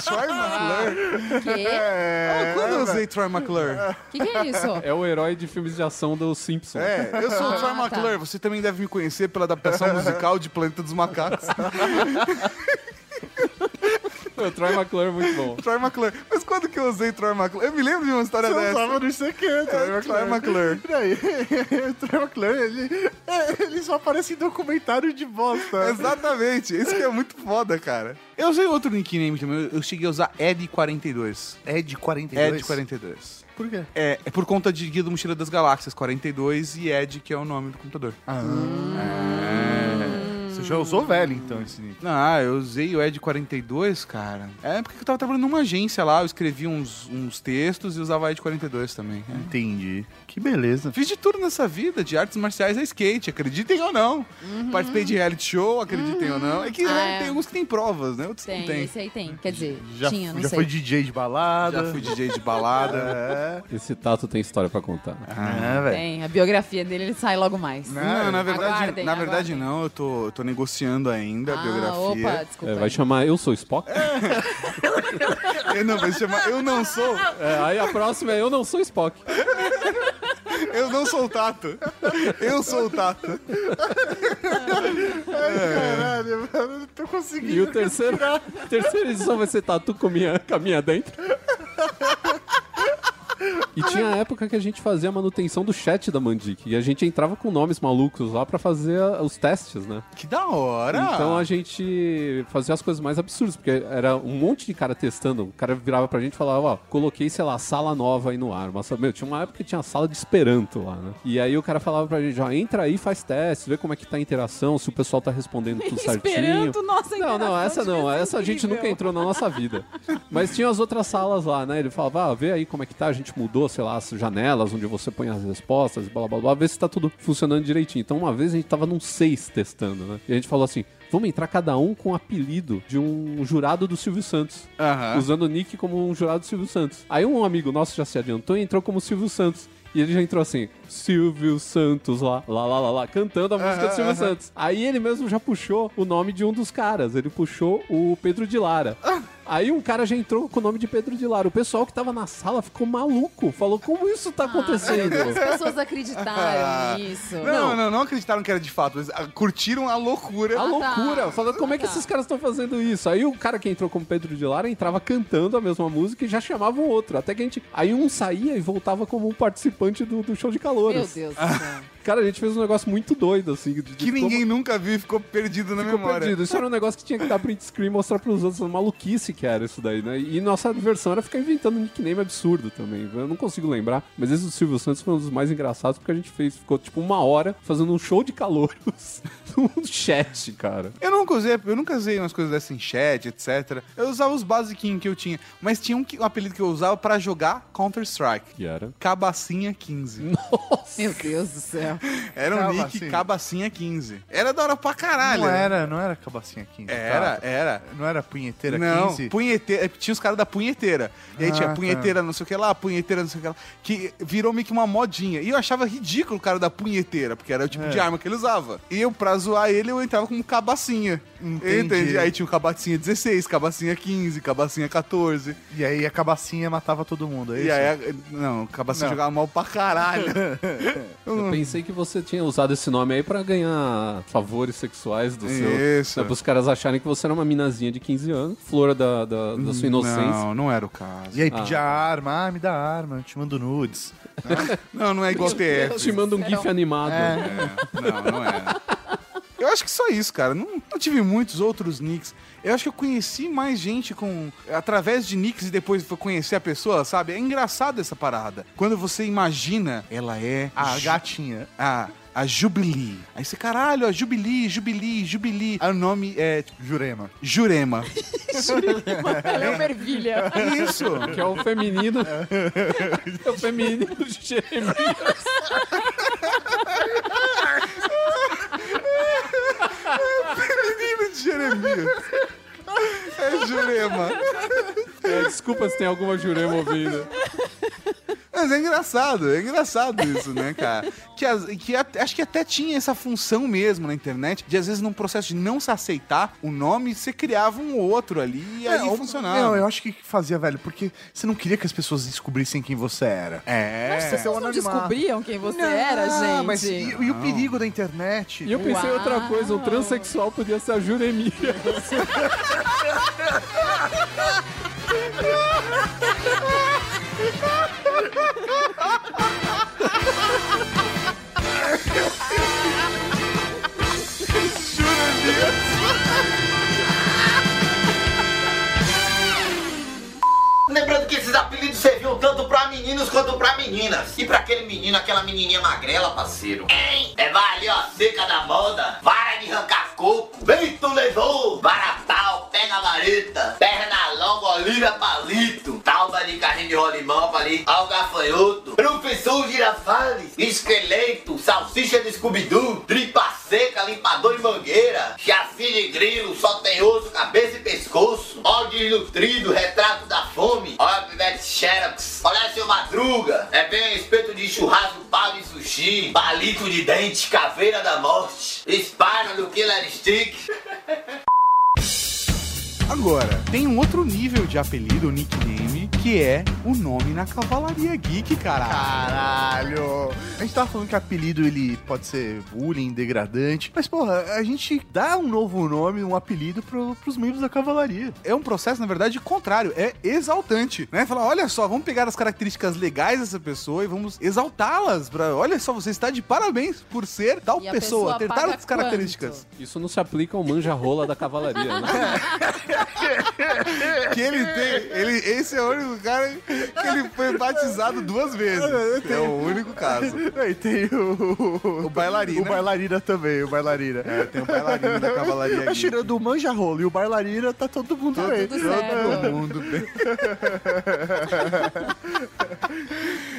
Speaker 2: Troy McClure?
Speaker 10: Quê?
Speaker 2: Ah, quando eu usei Troy McClure?
Speaker 10: Que que
Speaker 4: <laughs>
Speaker 10: é isso?
Speaker 5: É o herói de filmes de ação do Simpsons.
Speaker 2: É, eu sou o
Speaker 10: Ah,
Speaker 2: Troy
Speaker 10: tá.
Speaker 2: McClure. Você também deve me conhecer pela <laughs> adaptação musical de Planeta dos <laughs> Macacos.
Speaker 5: O Troy McClure é muito bom.
Speaker 2: Troy McClure. Mas quando que eu usei Troy McClure? Eu me lembro de uma história
Speaker 3: Você
Speaker 2: dessa.
Speaker 3: usava no ICQ, Troy
Speaker 2: É, Troy McClure. <laughs>
Speaker 3: Peraí, o Troy McClure, ele, ele só aparece em documentário de bosta.
Speaker 2: Exatamente. Isso que é muito foda, cara. Eu usei outro nickname também. Eu- Eu cheguei a usar Ed42.
Speaker 3: É de 42?
Speaker 2: Ed42.
Speaker 3: Por quê?
Speaker 2: É, é por conta de Guia do Mochila das Galáxias 42 e Ed, que é o nome do computador.
Speaker 3: Ah.
Speaker 2: Você
Speaker 3: já usou velho, então, esse nick.
Speaker 2: Ah, eu usei o Ed 42, cara. É porque eu tava trabalhando numa agência lá, eu escrevi uns, uns textos e usava Ed 42 também.
Speaker 3: Hum.
Speaker 2: é.
Speaker 3: Entendi. Que beleza.
Speaker 2: Fiz de tudo nessa vida, de artes marciais a skate, acreditem ou não. Participei de reality show, acreditem ou não. É que né,
Speaker 4: Uhum. É.
Speaker 2: tem alguns que tem provas, né? Outros
Speaker 4: Tem,
Speaker 2: não tem.
Speaker 4: esse aí tem. Quer dizer,
Speaker 3: Já,
Speaker 4: tinha, não
Speaker 3: já
Speaker 4: sei.
Speaker 3: foi DJ de balada.
Speaker 2: Já fui DJ de balada.
Speaker 3: É,
Speaker 5: Esse Tato tem história pra contar.
Speaker 3: é velho.
Speaker 4: Tem, a biografia dele ele sai logo mais.
Speaker 2: Não, na verdade,
Speaker 4: Aguardem,
Speaker 2: na verdade
Speaker 4: aguardem.
Speaker 2: não, eu tô, eu tô negociando ainda a
Speaker 4: Ah,
Speaker 2: biografia.
Speaker 4: opa, desculpa.
Speaker 5: É, vai chamar Eu Sou Spock?
Speaker 2: Eu não, vai chamar Eu Não Sou,
Speaker 5: É, aí a próxima é Eu Não Sou Spock.
Speaker 2: Eu Não Sou o Tato. Eu sou o Tato.
Speaker 3: Caralho, mano, eu não tô conseguindo.
Speaker 5: E o terceiro, terceira edição vai ser Tatu Caminha, caminha Dentro. E tinha a época que a gente fazia a manutenção do chat da Mandic. E a gente entrava com nomes malucos lá pra fazer a- os testes, né?
Speaker 2: Que da hora.
Speaker 5: Então a gente fazia as coisas mais absurdas, porque era um monte de cara testando. O cara virava pra gente e falava, ó, coloquei, sei lá, sala nova aí no ar. Mas, meu, tinha uma época que tinha sala de Esperanto lá, né? E aí o cara falava pra gente, ó, entra aí, faz teste, vê como é que tá a interação, se o pessoal tá respondendo tudo certinho.
Speaker 4: Esperanto, nossa,
Speaker 5: Não, não,
Speaker 4: interação
Speaker 5: essa
Speaker 4: devia
Speaker 5: não.
Speaker 4: ser
Speaker 5: Essa a gente
Speaker 4: incrível.
Speaker 5: nunca entrou na nossa vida. Mas tinha as outras salas lá, né? Ele falava, ah, vê aí como é que tá. A gente mudou, sei lá, as janelas onde você põe as respostas, blá blá blá, vê se tá tudo funcionando direitinho. Então uma vez a gente tava num seis testando, né? E a gente falou assim. Vamos entrar cada um com o apelido de um jurado do Silvio Santos.
Speaker 2: Aham.
Speaker 5: Usando o Nick como um jurado do Silvio Santos. Aí um amigo nosso já se adiantou e entrou como Silvio Santos. E ele já entrou assim, Silvio Santos lá, lá, lá, lá, lá cantando a música do Silvio Santos. Aí ele mesmo já puxou o nome de um dos caras, ele puxou o Pedro de Lara.
Speaker 2: Ah.
Speaker 5: Aí um cara já entrou com o nome de Pedro de Lara. O pessoal que tava na sala ficou maluco, falou, como isso
Speaker 10: Ah,
Speaker 5: tá acontecendo?
Speaker 10: As pessoas
Speaker 2: <laughs>
Speaker 10: acreditaram nisso.
Speaker 2: Não, não, não, acreditaram que era de fato, mas ah, curtiram a loucura.
Speaker 5: A loucura, falando como é que
Speaker 10: tá.
Speaker 5: esses caras estão fazendo isso. Aí o cara que entrou como Pedro de Lara entrava cantando a mesma música e já chamava o outro. Até que a gente. Aí um saía e voltava como um participante do, do show de
Speaker 10: Meu
Speaker 5: calores.
Speaker 10: Deus do céu.
Speaker 5: Cara, a gente fez um negócio muito doido, assim. de- de-
Speaker 2: Que
Speaker 5: ficou-
Speaker 2: ninguém nunca viu e ficou perdido na
Speaker 5: Ficou
Speaker 2: memória.
Speaker 5: perdido. Isso era um negócio que tinha que dar print screen e mostrar pros outros a maluquice que era isso daí, né? E nossa diversão era ficar inventando um nickname absurdo também. Eu não consigo lembrar, mas esse do Silvio Santos foi um dos mais engraçados porque a gente fez, ficou tipo uma hora fazendo um show de calouros <laughs> num chat, cara.
Speaker 2: Eu nunca usei, eu nunca usei umas coisas dessa em chat, etc. Eu usava os basiquinhos que eu tinha, mas tinha um, que- um apelido que eu usava pra jogar Counter-Strike.
Speaker 5: Que era.
Speaker 2: Cabacinha 15.
Speaker 4: Meu Deus do
Speaker 2: <laughs>
Speaker 4: céu.
Speaker 2: Era um nick
Speaker 3: Cabacinha.
Speaker 2: Cabacinha 15. Era da hora pra caralho.
Speaker 3: Não
Speaker 2: né?
Speaker 3: era, não era cabacinha 15.
Speaker 2: Era, era.
Speaker 3: Não era punheteira
Speaker 2: não,
Speaker 3: 15?
Speaker 2: punheteira. Tinha os caras da punheteira. E aí
Speaker 3: Ah,
Speaker 2: tinha
Speaker 3: tá.
Speaker 2: punheteira não sei o que lá, punheteira não sei o que lá. Que virou meio que uma modinha. E eu achava ridículo o cara da punheteira, porque era o tipo
Speaker 3: É.
Speaker 2: de arma que ele usava. E eu, pra zoar ele, eu entrava como cabacinha.
Speaker 3: Entendi.
Speaker 2: Aí tinha o cabacinha 16, cabacinha 15, cabacinha 14.
Speaker 3: E aí a cabacinha matava todo mundo, é isso?
Speaker 2: E aí, não, cabacinha
Speaker 3: Não.
Speaker 2: jogava mal pra caralho. Hum.
Speaker 5: Eu pensei que você tinha usado esse nome aí pra ganhar favores sexuais do seu.
Speaker 2: Isso.
Speaker 5: Né, os caras acharem que você era uma minazinha de 15 anos, flor da, da, da sua inocência.
Speaker 2: Hum, Não, não era o caso.
Speaker 3: E aí pedia arma, ah, me dá arma, eu te mando nudes.
Speaker 2: Não, não é igual TF.
Speaker 5: Te manda um gif animado.
Speaker 2: É. Não, não é. Eu acho que só isso, cara. Não, não tive muitos outros nicks. Eu acho que eu conheci mais gente com através de nicks e depois foi conhecer a pessoa, sabe? É engraçado essa parada. Quando você imagina, ela é
Speaker 3: A
Speaker 2: a gata,
Speaker 3: Ah, gatinha.
Speaker 2: a, a Jubilee. Aí você, caralho, a Jubilee, Jubilee, Jubilee. Aí o nome é
Speaker 3: Jurema.
Speaker 2: Jurema.
Speaker 4: Ela é uma ervilha.
Speaker 2: Isso.
Speaker 5: Que é o feminino. É o feminino de Jeremias.
Speaker 2: Menino de Jeremias. É Jurema.
Speaker 5: É, desculpa se tem alguma jurema ouvindo.
Speaker 2: Mas é engraçado, é engraçado isso, né, cara? Que, as- que a- acho que até tinha essa função mesmo na internet, de às vezes num processo de não se aceitar o nome, você criava um outro ali e aí
Speaker 3: Não,
Speaker 2: funcionava.
Speaker 3: Não, É, eu acho que fazia, velho, porque você não queria que as pessoas descobrissem quem você era.
Speaker 2: É.
Speaker 3: Você é um
Speaker 4: Não
Speaker 3: anonimato.
Speaker 4: descobriam quem você era, gente.
Speaker 3: Mas e, e o perigo da internet?
Speaker 5: E eu pensei em outra
Speaker 4: Uau.
Speaker 5: coisa, um transexual podia ser a Juremia.
Speaker 9: Lembrando que esses apelidos serviam tanto pra meninos quanto pra meninas. E pra aquele menino, aquela menininha magrela, parceiro. Hein? É, vai ali, ó, seca da moda. Vara de arrancar coco, vento levou, baratal, pega a vareta, perna longa, oliva palito, talba de carrinho de rolimão, ali, algafanhoto, professor girafales, esqueleto, salsicha de scooby-doo, tripa seca, limpador de mangueira, chassi de grilo, só tem osso, cabeça e pescoço, ó desnutrido, retrato da fome, olha pivete xerox, olha seu madruga, é bem espeto de churrasco, pau de sushi, palito de dente, caveira da morte, espada do killer stick. <laughs>
Speaker 2: Agora, tem um outro nível de apelido, nickname, que é o nome na cavalaria geek, caralho.
Speaker 3: Caralho! A gente tava falando que apelido ele pode ser bullying, degradante, mas porra, a gente dá um novo nome, um apelido pro, pros membros da cavalaria.
Speaker 2: É um processo, na verdade, contrário, é exaltante, né? Falar, olha só, vamos pegar as características legais dessa pessoa e vamos exaltá-las. Pra... Olha só, você está de parabéns por ser tal
Speaker 4: E a
Speaker 2: pessoa,
Speaker 4: pessoa
Speaker 2: ter
Speaker 4: paga
Speaker 2: tais características.
Speaker 5: Isso não se aplica ao manja-rola da cavalaria, né?
Speaker 2: Que ele tem, ele, esse é o único cara que ele foi batizado duas vezes. É o único caso.
Speaker 3: Aí tem o.
Speaker 2: O bailarina.
Speaker 3: O bailarina também, o <laughs> bailarina. É,
Speaker 2: Tem o bailarino da cavalaria
Speaker 3: Mas
Speaker 2: geek.
Speaker 3: Tá tirando o manja-rolo e o bailarina, tá todo mundo bem.
Speaker 4: tudo certo.
Speaker 2: Todo mundo bem.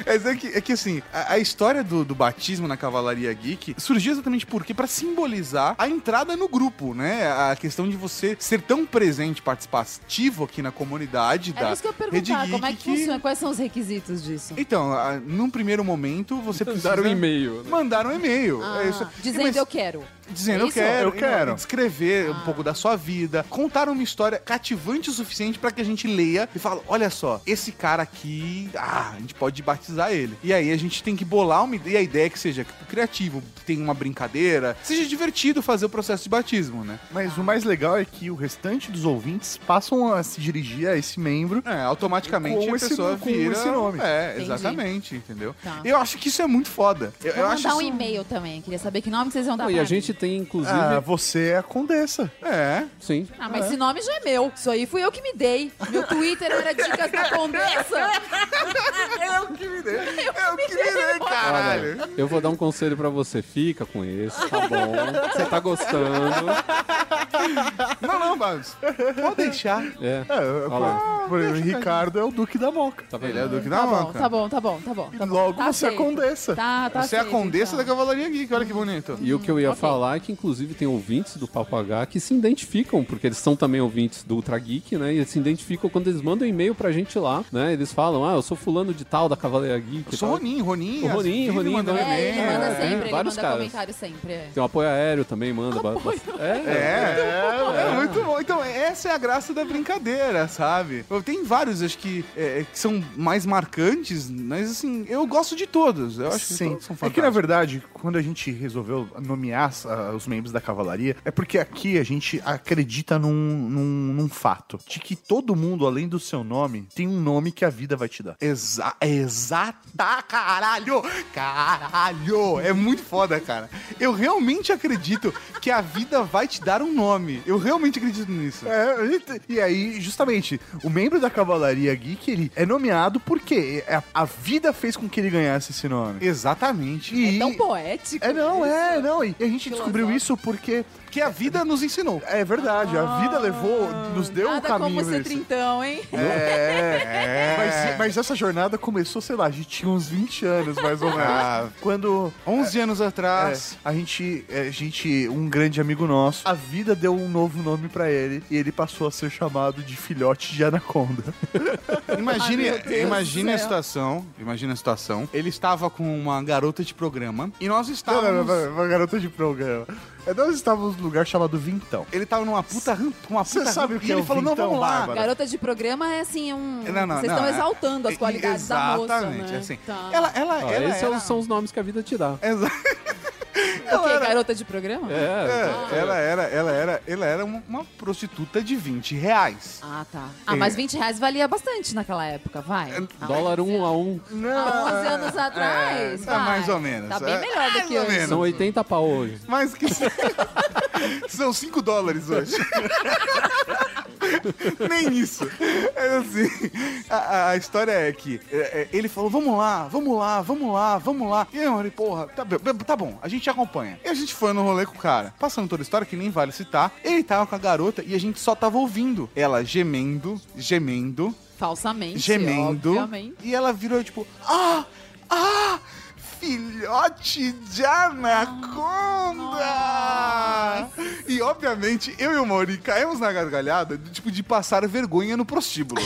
Speaker 2: Mas é que, é que assim, a, a história do, do batismo na Cavalaria Geek surgiu exatamente porque pra simbolizar a entrada no grupo, né? A questão de você ser tão presente, participativo aqui na comunidade
Speaker 10: É
Speaker 2: da
Speaker 10: isso que eu ia
Speaker 2: Rede
Speaker 10: perguntar,
Speaker 2: Geek.
Speaker 10: como é que, funciona? Quais são os requisitos disso?
Speaker 2: Então, a- num primeiro momento, você precisa...
Speaker 5: Mandaram um e-mail. né?
Speaker 2: Mandar um e-mail.
Speaker 10: Ah,
Speaker 2: é isso.
Speaker 10: Dizendo
Speaker 2: Mas-
Speaker 10: eu quero.
Speaker 2: Dizendo,
Speaker 10: É
Speaker 2: eu
Speaker 10: isso?
Speaker 2: quero,
Speaker 3: Eu quero.
Speaker 2: Descrever
Speaker 4: Ah.
Speaker 2: um pouco da sua vida, contar uma história cativante o suficiente pra que a gente leia e fala: olha só, esse cara aqui, ah, a gente pode batizar ele. E aí a gente tem que bolar uma ideia, e a ideia é que seja criativo, que tenha uma brincadeira, seja divertido fazer o processo de batismo, né?
Speaker 3: Mas o mais legal é que o restante dos ouvintes passam a se dirigir a esse membro.
Speaker 2: É, automaticamente
Speaker 3: Com
Speaker 2: a
Speaker 3: esse-
Speaker 2: pessoa
Speaker 3: com
Speaker 2: vira
Speaker 3: esse nome.
Speaker 2: É,
Speaker 4: Entendi.
Speaker 2: exatamente, entendeu?
Speaker 4: Tá.
Speaker 2: Eu acho que isso é muito foda. Eu,
Speaker 4: Vou
Speaker 2: eu acho
Speaker 4: mandar um
Speaker 2: isso-
Speaker 4: e-mail também. Queria saber que nome que vocês vão dar
Speaker 5: Não,
Speaker 4: pra
Speaker 5: e a
Speaker 4: mim.
Speaker 5: gente tem, inclusive.
Speaker 3: Ah, você é a condessa.
Speaker 2: É.
Speaker 5: Sim.
Speaker 4: Ah, mas esse nome já é meu. Isso aí fui eu que me dei. Meu Twitter era dicas da condessa.
Speaker 2: Eu que me dei. Eu que me dei, caralho.
Speaker 5: Olha, eu vou dar um conselho pra você. Fica com esse, tá bom? Você tá gostando.
Speaker 2: Não, não, Ah, Babs. Pode deixar.
Speaker 5: É.
Speaker 3: É,
Speaker 5: Olha lá.
Speaker 3: por- por exemplo, Ricardo é o Duque da Moca.
Speaker 5: Tá
Speaker 2: Ele é
Speaker 5: vendo?
Speaker 2: o Duque da
Speaker 4: Tá bom,
Speaker 2: Moca.
Speaker 4: tá bom, tá bom, tá bom. tá bom.
Speaker 3: Logo
Speaker 4: Tá
Speaker 3: você é a
Speaker 4: aceito.
Speaker 3: condessa.
Speaker 4: Tá, tá
Speaker 2: Você é a
Speaker 4: aceito,
Speaker 2: condessa da
Speaker 4: então.
Speaker 2: Cavalaria Geek, olha que bonito.
Speaker 5: E o que eu ia
Speaker 4: ok.
Speaker 5: falar é que, inclusive, tem ouvintes do Papo H que se identificam, porque eles são também ouvintes do Ultra Geek, né? E eles se identificam quando eles mandam e-mail pra gente lá, né? Eles falam, ah, eu sou fulano de tal, da Cavaleira Geek.
Speaker 2: Eu
Speaker 5: e
Speaker 2: sou o
Speaker 5: tal.
Speaker 2: Ronin, Ronin.
Speaker 5: O Ronin,
Speaker 2: vive
Speaker 5: Ronin,
Speaker 2: mandando
Speaker 5: né?
Speaker 4: É, ele
Speaker 2: e-mail.
Speaker 4: manda
Speaker 5: É,
Speaker 4: sempre, ele
Speaker 5: vários
Speaker 4: manda
Speaker 5: caras.
Speaker 4: comentário sempre. é.
Speaker 5: Tem um apoio aéreo também,
Speaker 4: Um
Speaker 5: manda. ba- ba-
Speaker 2: É,
Speaker 5: É,
Speaker 2: é, é muito bom. Então, essa é a graça da brincadeira, sabe? Eu- Tem vários, acho que, é, que são mais marcantes, mas assim, eu gosto de todos. Eu acho que
Speaker 3: Sim.
Speaker 2: todos são fantásticos.
Speaker 3: É que, na verdade, quando a gente resolveu nomear ah, os membros da cavalaria, é porque aqui a gente acredita num, num, num fato. De que todo mundo, além do seu nome, tem um nome que a vida vai te dar.
Speaker 2: Exa é exata, caralho! Caralho! É muito foda, cara. Eu realmente acredito que a vida vai te dar um nome. Eu realmente acredito nisso.
Speaker 3: É, e t- e aí, justamente, o membro da Cavalaria Geek, ele é nomeado porque a, a vida fez com que ele ganhasse esse nome.
Speaker 2: Exatamente.
Speaker 3: E-
Speaker 4: É tão poético.
Speaker 3: É, não, é, não. E a gente
Speaker 4: Filosófico.
Speaker 3: descobriu isso porque
Speaker 2: que a vida nos ensinou.
Speaker 3: é verdade, a vida levou, nos
Speaker 2: um
Speaker 3: deu o
Speaker 4: Ah, Nada
Speaker 3: caminho.
Speaker 4: como ser
Speaker 3: desse.
Speaker 4: trintão, hein? <laughs>
Speaker 3: É, mas, mas essa jornada começou, sei lá, a gente tinha uns 20 anos, mais ou menos.
Speaker 2: Ah.
Speaker 3: Quando
Speaker 2: 11 anos
Speaker 3: é,
Speaker 2: atrás.
Speaker 3: a gente, é, a gente, um grande amigo nosso, a vida deu um novo nome pra ele e ele passou a ser chamado de filhote de anaconda. É.
Speaker 2: Imagine,
Speaker 4: Ai, meu Deus
Speaker 2: imagine
Speaker 4: do
Speaker 2: a
Speaker 4: céu.
Speaker 2: situação. Imagine a situação. Ele estava com uma garota de programa e nós
Speaker 3: Não,
Speaker 2: estávamos.
Speaker 3: não, não, não, uma garota de programa. É, Nós estávamos num lugar chamado Vintão.
Speaker 2: Ele estava numa puta rampa. Uma
Speaker 3: Você
Speaker 2: puta
Speaker 3: sabe o
Speaker 2: rampa, e
Speaker 3: que é
Speaker 2: ele
Speaker 3: o
Speaker 2: falou: não,
Speaker 3: vintão,
Speaker 2: vamos lá.
Speaker 3: Bárbara?
Speaker 4: Garota de programa é assim, um.
Speaker 2: Não, não,
Speaker 4: Vocês
Speaker 2: não,
Speaker 4: estão
Speaker 2: é-
Speaker 4: exaltando as
Speaker 2: E-
Speaker 4: qualidades da moça.
Speaker 2: Exatamente.
Speaker 4: né?
Speaker 2: assim.
Speaker 4: Tá.
Speaker 2: Ela, ela,
Speaker 5: Ó,
Speaker 2: ela
Speaker 5: é, esses
Speaker 2: era-
Speaker 5: são os nomes que a vida te dá.
Speaker 4: <laughs>
Speaker 2: Exa-
Speaker 4: O quê? Garota de programa?
Speaker 5: É,
Speaker 2: É, ela era, ela era, ela era uma- uma prostituta de 20 reais.
Speaker 4: Ah, tá. Ah, mas
Speaker 2: É.
Speaker 4: 20 reais valia bastante naquela época, vai. Ah,
Speaker 5: Dólar um a um.
Speaker 4: Há 11 anos atrás,
Speaker 2: é,
Speaker 4: vai.
Speaker 2: mais ou menos,
Speaker 4: Tá
Speaker 2: é,
Speaker 4: bem melhor do
Speaker 2: mais
Speaker 4: que
Speaker 2: ou
Speaker 4: hoje.
Speaker 2: menos.
Speaker 5: São 80 pau hoje.
Speaker 2: <laughs> Mas que. São 5 dólares hoje. <laughs> Nem isso. É assim, a, a- a história é que é, é, ele falou, vamos lá, vamos lá, vamos lá, vamos lá. E eu falei, porra, tá, be- be- tá bom, a gente acompanha. E a gente foi no rolê com o cara. Passando toda a história, que nem vale citar, ele tava com a garota e a gente só tava ouvindo. Ela gemendo, gemendo,
Speaker 4: Falsamente.
Speaker 2: gemendo.
Speaker 4: Obviamente.
Speaker 2: E ela virou tipo, ah, ah, filhote de anaconda! E obviamente eu e o Mauri caímos na gargalhada de, tipo de passar vergonha no prostíbulo.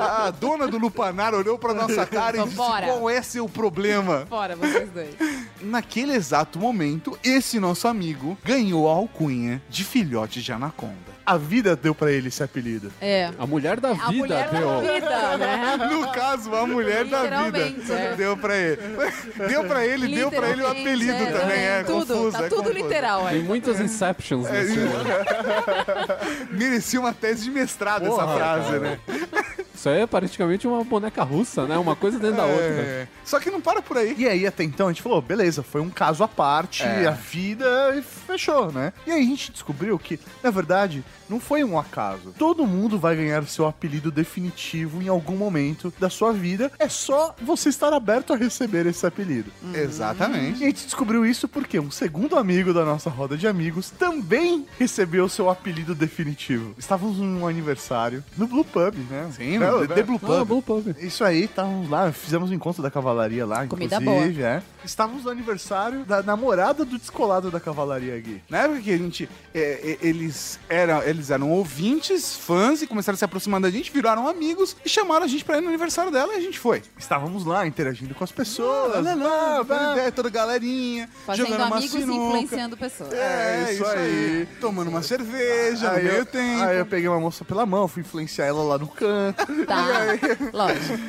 Speaker 2: a, a dona do Lupanar olhou pra nossa cara e disse:
Speaker 4: Vambora.
Speaker 2: qual é seu problema?
Speaker 4: Fora vocês dois.
Speaker 2: Naquele exato momento, esse nosso amigo ganhou a alcunha de filhote de anaconda.
Speaker 3: A vida deu pra ele esse apelido.
Speaker 4: É.
Speaker 5: A mulher da vida,
Speaker 4: mulher tá da
Speaker 5: deu.
Speaker 4: vida, né?
Speaker 2: No caso, a mulher da
Speaker 4: Literalmente,
Speaker 2: vida.
Speaker 4: é.
Speaker 2: Deu pra ele. Deu pra <laughs> ele, deu pra ele o
Speaker 4: né? Literalmente,
Speaker 2: apelido
Speaker 4: é,
Speaker 2: também. É,
Speaker 4: tudo,
Speaker 2: confuso.
Speaker 4: Tá
Speaker 2: é
Speaker 4: tudo
Speaker 2: confuso.
Speaker 4: literal
Speaker 5: Tem
Speaker 4: aí.
Speaker 5: muitas Inceptions
Speaker 2: É
Speaker 5: nesse.
Speaker 2: Merecia uma tese de mestrado essa
Speaker 5: Porra,
Speaker 2: frase,
Speaker 5: cara.
Speaker 2: né?
Speaker 5: Isso aí é praticamente uma boneca russa, né? Uma coisa dentro da outra.
Speaker 2: É. Só que não para por aí.
Speaker 3: E aí, até então, a gente falou, beleza, foi um caso à parte,
Speaker 2: É.
Speaker 3: a vida e fechou, né? E aí a gente descobriu que, na verdade, não foi um acaso. Todo mundo vai ganhar seu apelido definitivo em algum momento da sua vida. É só você estar aberto a receber esse apelido.
Speaker 2: Uhum. Exatamente.
Speaker 3: E a gente descobriu isso porque um segundo amigo da nossa roda de amigos também recebeu seu apelido definitivo. Estávamos num aniversário no Blue Pub, né?
Speaker 2: Sim,
Speaker 3: Não,
Speaker 2: no
Speaker 3: The,
Speaker 2: Blue
Speaker 3: The
Speaker 2: Pub.
Speaker 3: Blue Pub.
Speaker 5: Ah, bom, pobre.
Speaker 3: Isso aí, estávamos lá, fizemos o encontro da cavalaria lá,
Speaker 4: Comida
Speaker 3: inclusive, é. Estávamos no aniversário da namorada do descolado da cavalaria gay.
Speaker 2: Na época que né? a gente. é, é, eles, eram, eles eram ouvintes, fãs e começaram a se aproximar da gente, viraram amigos e chamaram a gente pra ir no aniversário dela e a gente foi.
Speaker 3: Estávamos lá interagindo com as pessoas.
Speaker 2: Lá, lá, lá,
Speaker 3: blá, blá.
Speaker 2: ideia, toda galerinha,
Speaker 4: Fazendo
Speaker 2: jogando uma
Speaker 4: amigos e
Speaker 2: sinuca.
Speaker 4: influenciando pessoas.
Speaker 2: É, isso aí. Tomando uma cerveja, no
Speaker 3: Aí
Speaker 2: meio
Speaker 3: eu,
Speaker 2: tempo.
Speaker 3: aí eu peguei uma moça pela mão, fui influenciar ela lá no canto.
Speaker 4: Tá. Lógico.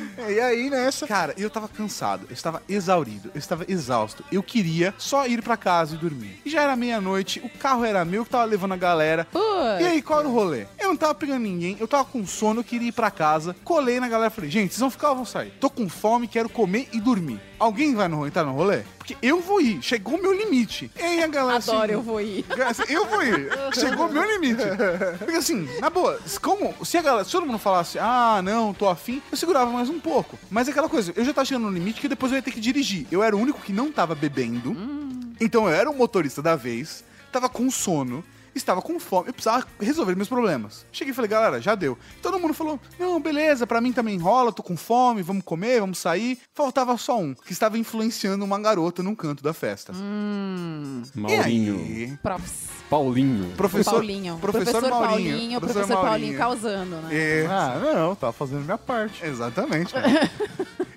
Speaker 2: <laughs> E aí, nessa. Cara, eu tava cansado, eu estava exaurido, eu estava exausto. Eu queria só ir pra casa e dormir. E já era meia-noite, o carro era meu, que tava levando a galera. E aí, qual era o rolê? Eu não tava pegando ninguém, eu tava com sono, eu queria ir pra casa. Colei na galera e falei, gente, vocês vão ficar ou vão sair? Tô com fome, quero comer e dormir. Alguém vai no, entrar no rolê? Porque eu vou ir, chegou o meu limite. E aí a galera
Speaker 4: Adoro,
Speaker 2: assim,
Speaker 4: eu vou ir.
Speaker 2: Graças- Eu vou ir. Chegou o meu limite. Porque assim, na boa, se- como, se, a galera, se todo mundo falasse, ah, não, tô afim, eu segurava mais um pouco. Mas é aquela coisa, eu já tava chegando no limite que depois eu ia ter que dirigir. Eu era o único que não tava bebendo. Então eu era o motorista da vez, tava com sono. Estava com fome, eu precisava resolver meus problemas. Cheguei e falei, galera, já deu. Todo mundo falou: não, beleza, pra mim também rola, tô com fome, vamos comer, vamos sair. Faltava só um, que estava influenciando uma garota num canto da festa. E
Speaker 5: Maurinho.
Speaker 2: aí,
Speaker 4: Profs.
Speaker 5: Paulinho.
Speaker 2: Professor,
Speaker 4: Paulinho.
Speaker 2: Professor, Maurinho.
Speaker 4: Paulinho, professor Paulinho causando, né?
Speaker 2: É,
Speaker 3: ah, não, tava fazendo minha parte.
Speaker 2: exatamente. cara.
Speaker 4: <laughs>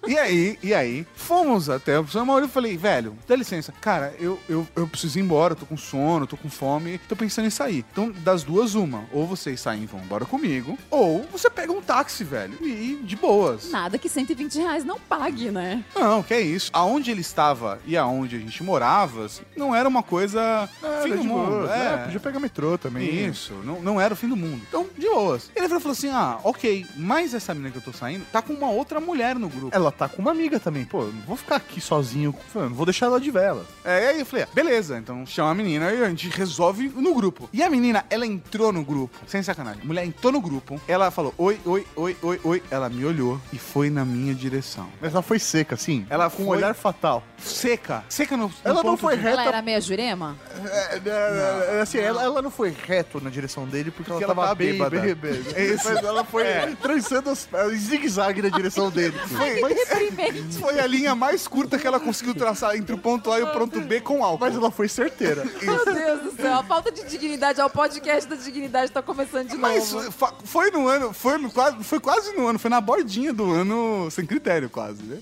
Speaker 2: e aí, e aí, fomos até o professor Maurinho e falei, velho, dá licença, cara, eu, eu, eu preciso ir embora, eu tô com sono, eu tô com fome, tô pensando em sair. Então, das duas, uma, ou vocês saem e vão embora comigo, ou você pega um táxi, velho, e de boas.
Speaker 4: Nada que 120 reais não pague, né?
Speaker 2: Não, que é isso. Aonde ele estava e aonde a gente morava, assim, não era uma coisa fim
Speaker 3: Era
Speaker 2: do
Speaker 3: de
Speaker 2: mundo.
Speaker 3: boas,
Speaker 2: é.
Speaker 3: né? Podia pegar metrô também.
Speaker 2: Isso, não, não era o fim do mundo. Então, de boas. Ele virou e falou assim: ah, ok, mas essa menina que eu tô saindo tá com uma outra mulher no grupo.
Speaker 3: Ela tá com uma amiga também. Pô, não vou ficar aqui sozinho. Não vou deixar ela de vela.
Speaker 2: É, e aí eu falei: ah, beleza, então chama a menina e a gente resolve no grupo. E a menina, ela entrou no grupo, sem sacanagem. A mulher entrou no grupo, ela falou: oi, oi, oi, oi, oi. Ela me olhou e foi na minha direção.
Speaker 3: Mas ela foi seca, assim.
Speaker 2: Ela
Speaker 3: com um
Speaker 2: foi-
Speaker 3: olhar fatal.
Speaker 2: Seca, seca no. no
Speaker 3: Ela não
Speaker 2: ponto
Speaker 3: foi
Speaker 2: de-
Speaker 3: reta.
Speaker 4: Ela era meia jurema?
Speaker 3: É, é, é, assim, ela, ela não foi reto na direção dele porque,
Speaker 2: Porque
Speaker 3: ela,
Speaker 2: ela
Speaker 3: tava
Speaker 2: tava
Speaker 3: bêbada.
Speaker 2: bêbada.
Speaker 3: <laughs> É isso. É. Mas ela foi trançando as, em zigue-zague na direção dele.
Speaker 2: Foi,
Speaker 4: Deprimente.
Speaker 2: foi a linha mais curta que ela conseguiu traçar entre o ponto A e o ponto B com álcool.
Speaker 3: Mas ela foi certeira.
Speaker 4: Meu Deus do céu, a falta de dignidade, ó, o podcast da dignidade tá começando de
Speaker 2: Mas
Speaker 4: novo.
Speaker 2: fa- foi no ano, foi, no, quase- foi quase no ano, foi na bordinha do ano sem critério, quase, né?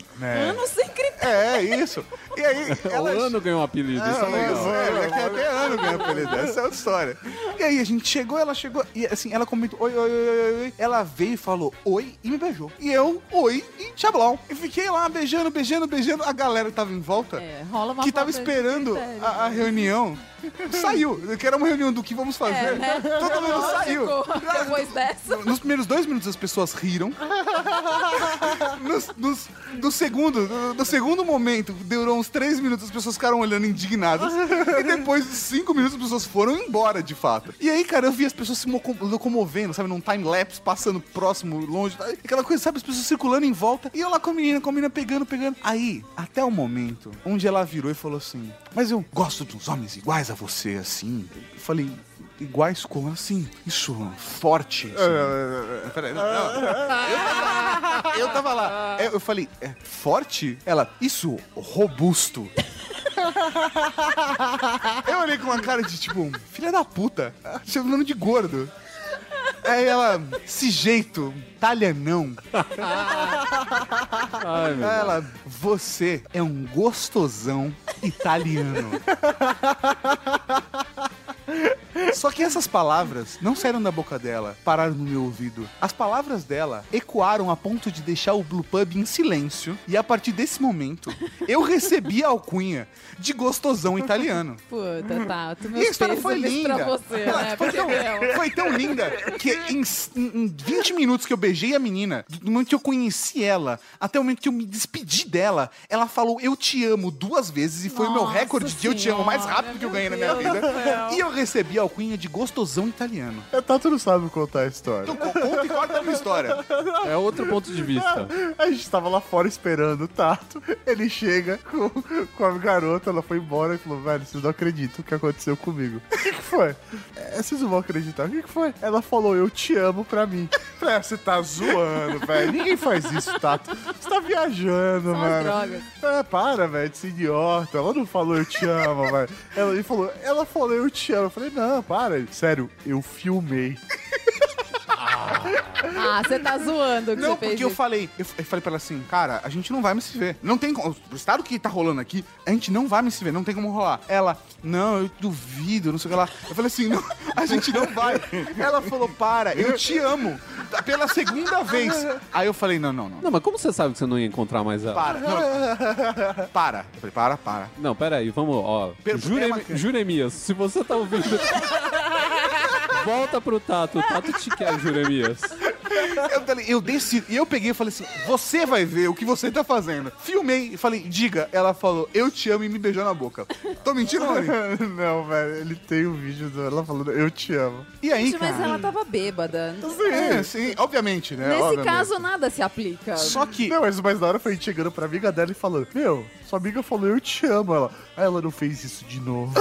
Speaker 4: Ano sem critério.
Speaker 2: É, isso. E <laughs> aí,
Speaker 5: O
Speaker 2: ela.
Speaker 5: ano ganhou um apelido, isso é legal.
Speaker 2: É, é que até ano ganha apelido, essa é a história. E aí, a gente chegou, ela chegou, e assim, ela comentou oi, oi, oi, oi, oi. Ela veio e falou oi e me beijou. E eu, oi e tchablau. E fiquei lá beijando, beijando, beijando. A galera que tava em volta,
Speaker 4: É, rola uma
Speaker 2: que tava
Speaker 4: falta de
Speaker 2: esperando
Speaker 4: critério.
Speaker 2: a, a reunião, saiu. Que era uma reunião do que vamos fazer.
Speaker 4: É, né?
Speaker 2: Todo mundo saiu.
Speaker 4: Lógico, Depois dessa.
Speaker 2: Nos primeiros dois minutos as pessoas riram. Nos, nos- no segundo, no, no segundo momento, durou uns três minutos, as pessoas ficaram olhando indignadas. E depois de cinco minutos, as pessoas foram embora, de fato. E aí, cara, eu vi as pessoas se moco- locomovendo, sabe? Num time-lapse, passando próximo, longe. tá? Aquela coisa, sabe? As pessoas circulando em volta. E eu lá com a menina, com a menina pegando, pegando. Aí, até o momento onde ela virou e falou assim: Mas eu gosto dos homens iguais a você, assim. Eu falei. Iguais como assim? Isso, forte. assim." Peraí, não, não. Eu tava lá. Eu eu falei, é forte? Ela, isso, robusto. Eu olhei com uma cara de tipo, filha da puta, chamando de gordo. Aí ela, se jeito, talha não.
Speaker 5: Ai, meu
Speaker 2: Aí ela, você é um gostosão italiano. Só que essas palavras não saíram da boca dela, pararam no meu ouvido. As palavras dela ecoaram a ponto de deixar o Blue Pub em silêncio, e a partir desse momento, eu recebi a alcunha de gostosão italiano.
Speaker 10: Puta, tá. Tu
Speaker 2: Uhum. E a história foi linda.
Speaker 10: pra você,
Speaker 2: Ela
Speaker 10: né?
Speaker 2: foi,
Speaker 10: Porque,
Speaker 2: tão,
Speaker 10: meu,
Speaker 2: foi tão linda que em, em- em 20 minutos que eu beijei a menina, do momento que eu conheci ela, até o momento que eu me despedi dela, ela falou eu te amo duas vezes e foi o meu
Speaker 10: Nossa
Speaker 2: recorde de eu te amo mais
Speaker 10: Senhora,
Speaker 2: rápido que eu
Speaker 10: meu
Speaker 2: ganhei na minha
Speaker 10: Deus do
Speaker 2: vida.
Speaker 10: céu.
Speaker 2: E eu recebi a alcunha de gostosão italiano.
Speaker 3: A Tato não tá sabe contar a história.
Speaker 2: Então co- conta e corta a minha história.
Speaker 5: É outro ponto de vista.
Speaker 3: <laughs> A gente tava lá fora esperando o Tato. Ele chega com, com a garota, ela foi embora e falou: velho, vocês não acreditam o que aconteceu comigo. <laughs> O que, que foi? É, vocês não vão acreditar. O que, que foi? Ela falou: eu te amo <laughs> pra mim. Falei, "Ah, você tá zoando, velho. Ninguém faz isso, Tato. Você tá viajando,
Speaker 10: São as
Speaker 3: mano.
Speaker 10: drogas.
Speaker 3: É, para, velho, de ser idiota. Ela não falou eu te amo, velho. Ela, ele falou, ela falou eu te amo. Eu falei, não, para. Sério, eu filmei.
Speaker 10: Ah, você tá zoando que
Speaker 2: Não,
Speaker 10: você fez
Speaker 2: porque eu
Speaker 10: isso.
Speaker 2: falei, eu, f- eu falei pra ela assim, cara, a gente não vai mais se ver. Não tem como. O estado que tá rolando aqui, a gente não vai mais se ver, não tem como rolar. Ela, não, eu duvido, não sei o que lá. Eu falei assim, não, a gente não vai. Ela falou, para, eu te amo. Pela segunda vez. Aí eu falei, não, não, não.
Speaker 5: Não, mas como você sabe que você não ia encontrar mais ela?
Speaker 2: Para, não. Para. Eu falei, para, para.
Speaker 5: Não, peraí, vamos, ó.
Speaker 2: Per-
Speaker 5: Jure-
Speaker 2: é uma-
Speaker 5: Juremias, se você tá ouvindo. Volta pro Tato, o Tato te quer, Juremias.
Speaker 2: Eu, falei, eu desci, e eu peguei e falei assim, você vai ver o que você tá fazendo. Filmei e falei, diga. Ela falou, eu te amo e me beijou na boca. Tô mentindo, Marinho?
Speaker 3: <laughs> não, velho, ele tem o vídeo dela falando eu te amo.
Speaker 2: E aí,
Speaker 4: Gente,
Speaker 2: cara?
Speaker 4: mas ela tava bêbada.
Speaker 2: É, sim, obviamente, né?
Speaker 4: Nesse
Speaker 2: Obviamente.
Speaker 4: caso, nada se aplica.
Speaker 2: Só que.
Speaker 3: Não, mas o mais da hora foi a gente chegando pra amiga dela e falando, meu, sua amiga falou eu te amo. Ela, ah, ela não fez isso de novo.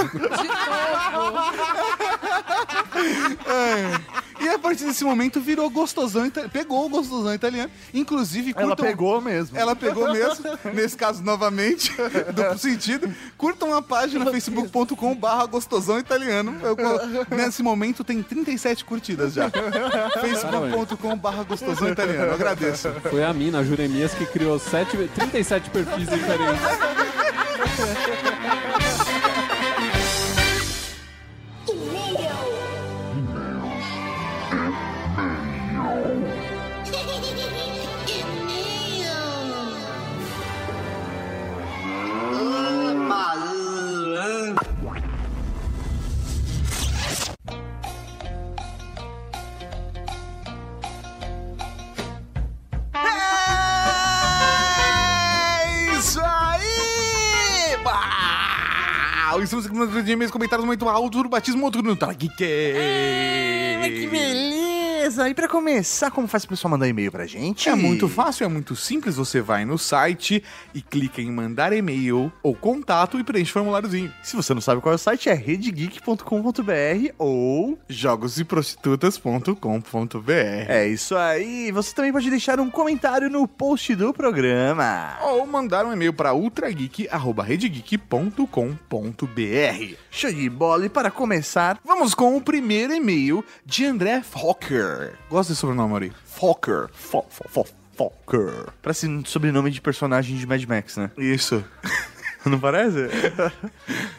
Speaker 2: E a partir desse momento virou gostosão italiano. Pegou o gostosão italiano. Inclusive,
Speaker 3: ela
Speaker 2: curtam-
Speaker 3: pegou mesmo.
Speaker 2: Ela pegou mesmo, nesse caso novamente, <laughs> duplo sentido. Curtam a página facebook.com/barra gostosão italiano. Eu co- Nesse momento tem 37 curtidas <laughs> já. facebook.com/barra gostosão italiano. Eu agradeço.
Speaker 5: Foi a mina, a Juremias, que criou sete, 37 perfis diferentes.
Speaker 1: Um
Speaker 7: <laughs>
Speaker 2: É isso aí! Bah! Estamos aqui no outro dia, meus comentários muito alto, urbatismo, outro no Traguite.
Speaker 3: Que beleza! E pra começar, como faz o pessoal mandar e-mail pra gente?
Speaker 2: É muito fácil, é muito simples. Você vai no site e clica em mandar e-mail ou contato e preenche o formuláriozinho.
Speaker 3: Se você não sabe qual é o site, é redegeek.com.br ou
Speaker 2: jogoseprostitutas.com.br
Speaker 3: É isso aí. Você também pode deixar um comentário no post do programa.
Speaker 2: ou mandar um e-mail para ultrageek.redgeek.com.br
Speaker 3: Show de bola. E para começar,
Speaker 2: Vamos com o primeiro e-mail de André Fokker. Gosta desse sobrenome, Ari? Fokker. Fo, fo, fo, Fokker.
Speaker 3: parece um sobrenome de personagem de Mad Max, né?
Speaker 2: Isso.
Speaker 3: <laughs>
Speaker 2: <laughs>
Speaker 3: Não parece?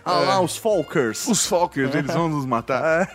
Speaker 3: ah lá, os Falkers.
Speaker 2: Os Fokkers, eles vão nos matar.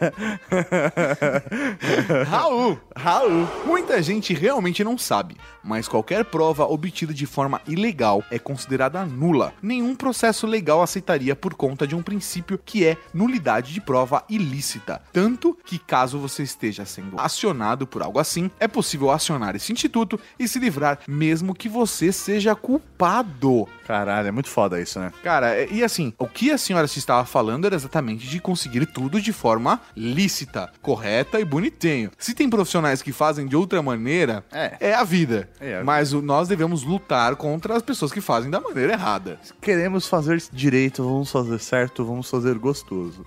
Speaker 2: Raul. Raul. Muita gente realmente não sabe, mas qualquer prova obtida de forma ilegal é considerada nula. Nenhum processo legal aceitaria por conta de um princípio que é nulidade de prova ilícita. Tanto que, caso você esteja sendo acionado por algo assim, é possível acionar esse instituto e se livrar, mesmo que você seja culpado.
Speaker 3: Caralho, é muito foda isso, isso, né? Cara, e assim, o que a senhora se estava falando era exatamente de conseguir tudo de forma lícita, correta e bonitinho. Se tem profissionais que fazem de outra maneira, é, a vida. Mas o- nós devemos lutar contra as pessoas que fazem da maneira <laughs> errada. Queremos fazer direito, vamos fazer certo, vamos fazer gostoso.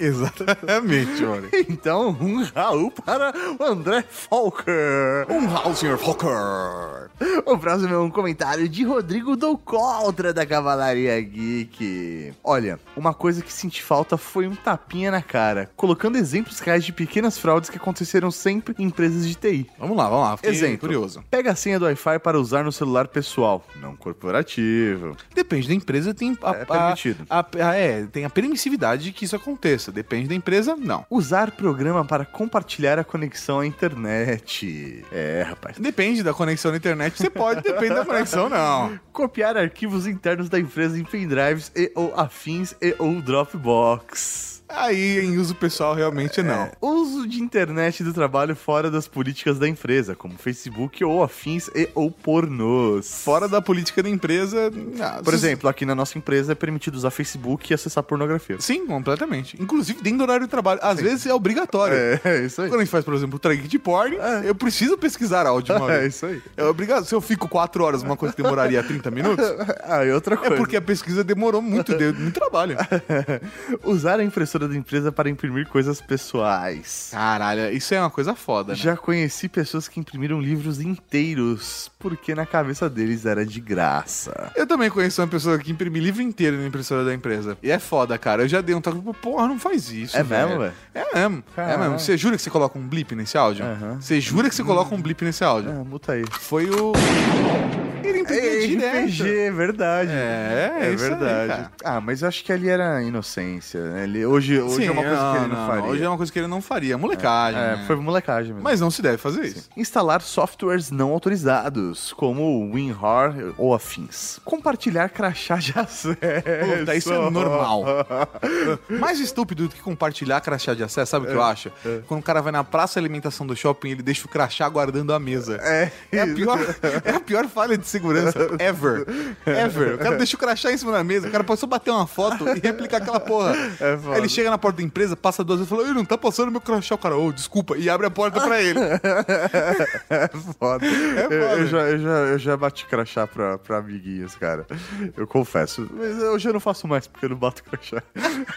Speaker 3: Exatamente, olha. <laughs> então, um Raul para o André Falker. Um Raul, senhor Falker. O próximo é um comentário de Rodrigo Doucoltra, da Cavalaria Geek. Olha, uma coisa que senti falta foi um tapinha na cara, colocando exemplos reais de pequenas fraudes que aconteceram sempre em empresas de TI. Vamos lá, vamos lá.
Speaker 2: fiquei
Speaker 3: Exemplo.
Speaker 2: curioso.
Speaker 3: Pega a senha do Wi-Fi para usar no celular pessoal, não corporativo. Depende da empresa, tem a, é permitido. é, tem a permissividade de que isso aconteça. Depende da empresa, não. Usar programa para compartilhar a conexão à internet. É, rapaz. Depende da conexão à internet, você pode,
Speaker 2: depende da conexão, não.
Speaker 3: Copiar arquivos internos da empresa em pendrives e ou afins e ou Dropbox. Aí, em uso pessoal, realmente não. Uso de internet do trabalho fora das políticas da empresa, como Facebook ou afins e ou pornôs. Fora da política da empresa...
Speaker 2: Ah,
Speaker 3: Por exemplo, aqui na nossa empresa é permitido usar Facebook e acessar pornografia. Sim, completamente. Inclusive dentro do horário de trabalho.
Speaker 2: Às vezes é obrigatório.
Speaker 3: É, é isso aí.
Speaker 2: Quando a gente faz, por exemplo, o track de porn, eu preciso pesquisar áudio uma
Speaker 3: <laughs> É,
Speaker 2: vez.
Speaker 3: isso aí.
Speaker 2: É obrigado. Se eu fico quatro horas, uma coisa que demoraria 30
Speaker 3: <laughs>
Speaker 2: minutos,
Speaker 3: Ah, e outra coisa.
Speaker 2: é porque a pesquisa demorou muito, deu muito trabalho.
Speaker 3: <laughs> Usar a impressora da empresa para imprimir coisas pessoais. Caralho, isso é uma coisa foda, né? Já conheci pessoas que imprimiram livros inteiros, porque na cabeça deles era de graça.
Speaker 2: Eu também conheço uma pessoa que imprime livro inteiro na impressora da empresa. E é foda, cara. Eu já dei um toque, tipo, porra, não faz isso.
Speaker 3: É mesmo, velho?
Speaker 2: É mesmo. É
Speaker 3: Caralho.
Speaker 2: mesmo. Você jura que você coloca um blip nesse áudio? Você jura que você coloca um blip nesse áudio?
Speaker 3: Ah, muta aí.
Speaker 2: Foi o. Ele
Speaker 3: É,
Speaker 2: imprimiu direto.
Speaker 3: RPG, verdade. É,
Speaker 2: né? é isso aí,
Speaker 3: verdade.
Speaker 2: cara.
Speaker 3: ah, mas eu acho que ali era inocência. né? Ele, hoje hoje
Speaker 2: Sim,
Speaker 3: é uma coisa que ele não, faria.
Speaker 2: Hoje é uma coisa que ele não faria. Molecagem.
Speaker 3: É,
Speaker 2: né?
Speaker 3: foi molecagem mesmo.
Speaker 2: Mas não se deve fazer isso.
Speaker 3: Instalar softwares não autorizados, como o WinRAR ou afins. Compartilhar crachá de <laughs> acesso.
Speaker 2: Puta, isso é
Speaker 3: <laughs>
Speaker 2: normal. Mais estúpido do que compartilhar crachá de acesso, sabe o que
Speaker 3: É,
Speaker 2: eu acho? Quando o cara vai na praça de alimentação do shopping, ele deixa o crachá guardando a mesa. É, a pior, é a pior falha de segurança ever. Ever. O cara deixa o crachá em cima da mesa, o cara pode só bater uma foto e replicar aquela porra.
Speaker 3: É foda.
Speaker 2: Aí ele chega na porta da empresa, passa duas vezes e fala: Ele não tá passando meu crachá, o cara, ô, desculpa, e abre a porta pra ele.
Speaker 3: <laughs> É foda. Eu- Eu,
Speaker 2: foda.
Speaker 3: já, eu, já, eu já bati crachá pra, pra amiguinhas, cara. Eu confesso. Mas hoje eu não faço mais porque eu não bato crachá.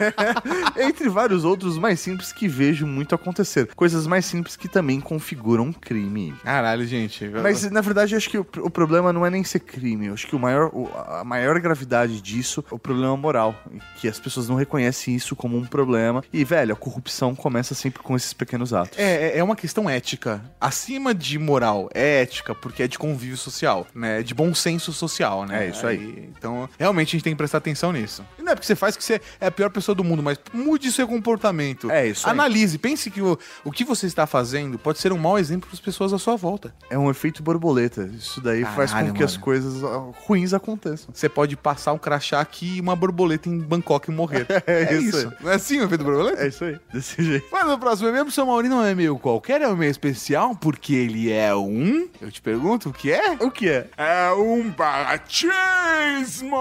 Speaker 3: <laughs> Entre vários outros mais simples que vejo muito acontecer. Coisas mais simples que também configuram um crime.
Speaker 2: Caralho, gente.
Speaker 3: Mas, na verdade, eu acho que o, o problema não é nem ser crime. Eu acho que o maior, o- a maior gravidade disso é o problema moral. Que as pessoas não reconhecem isso como um problema. E, velho, a corrupção começa sempre com esses pequenos atos.
Speaker 2: É, é- é uma questão ética. Acima de moral, é ética, porque é de convívio social, né? É de bom senso social, né?
Speaker 3: É isso aí.
Speaker 2: Então, realmente, a gente tem que prestar atenção nisso. E não é porque você faz que você é a pior pessoa do mundo, mas mude seu comportamento.
Speaker 3: É isso aí.
Speaker 2: Analise, pense que o, o que você está fazendo pode ser um mau exemplo para as pessoas à sua volta.
Speaker 3: É um efeito borboleta. Isso daí faz com que
Speaker 2: Caralho,
Speaker 3: as
Speaker 2: mano.
Speaker 3: coisas ó, ruins aconteçam.
Speaker 2: Você pode passar um crachá aqui e uma borboleta em Bangkok e morrer.
Speaker 3: <laughs> É isso aí.
Speaker 2: Não é assim o efeito borboleta?
Speaker 3: É isso aí. <laughs> Desse jeito.
Speaker 2: Mas no próximo e-mail, professor Mauri não é e-mail qualquer, é um e-mail especial, porque ele é um. Eu te pergunto, o que é?
Speaker 3: O que é?
Speaker 2: É um baratismo!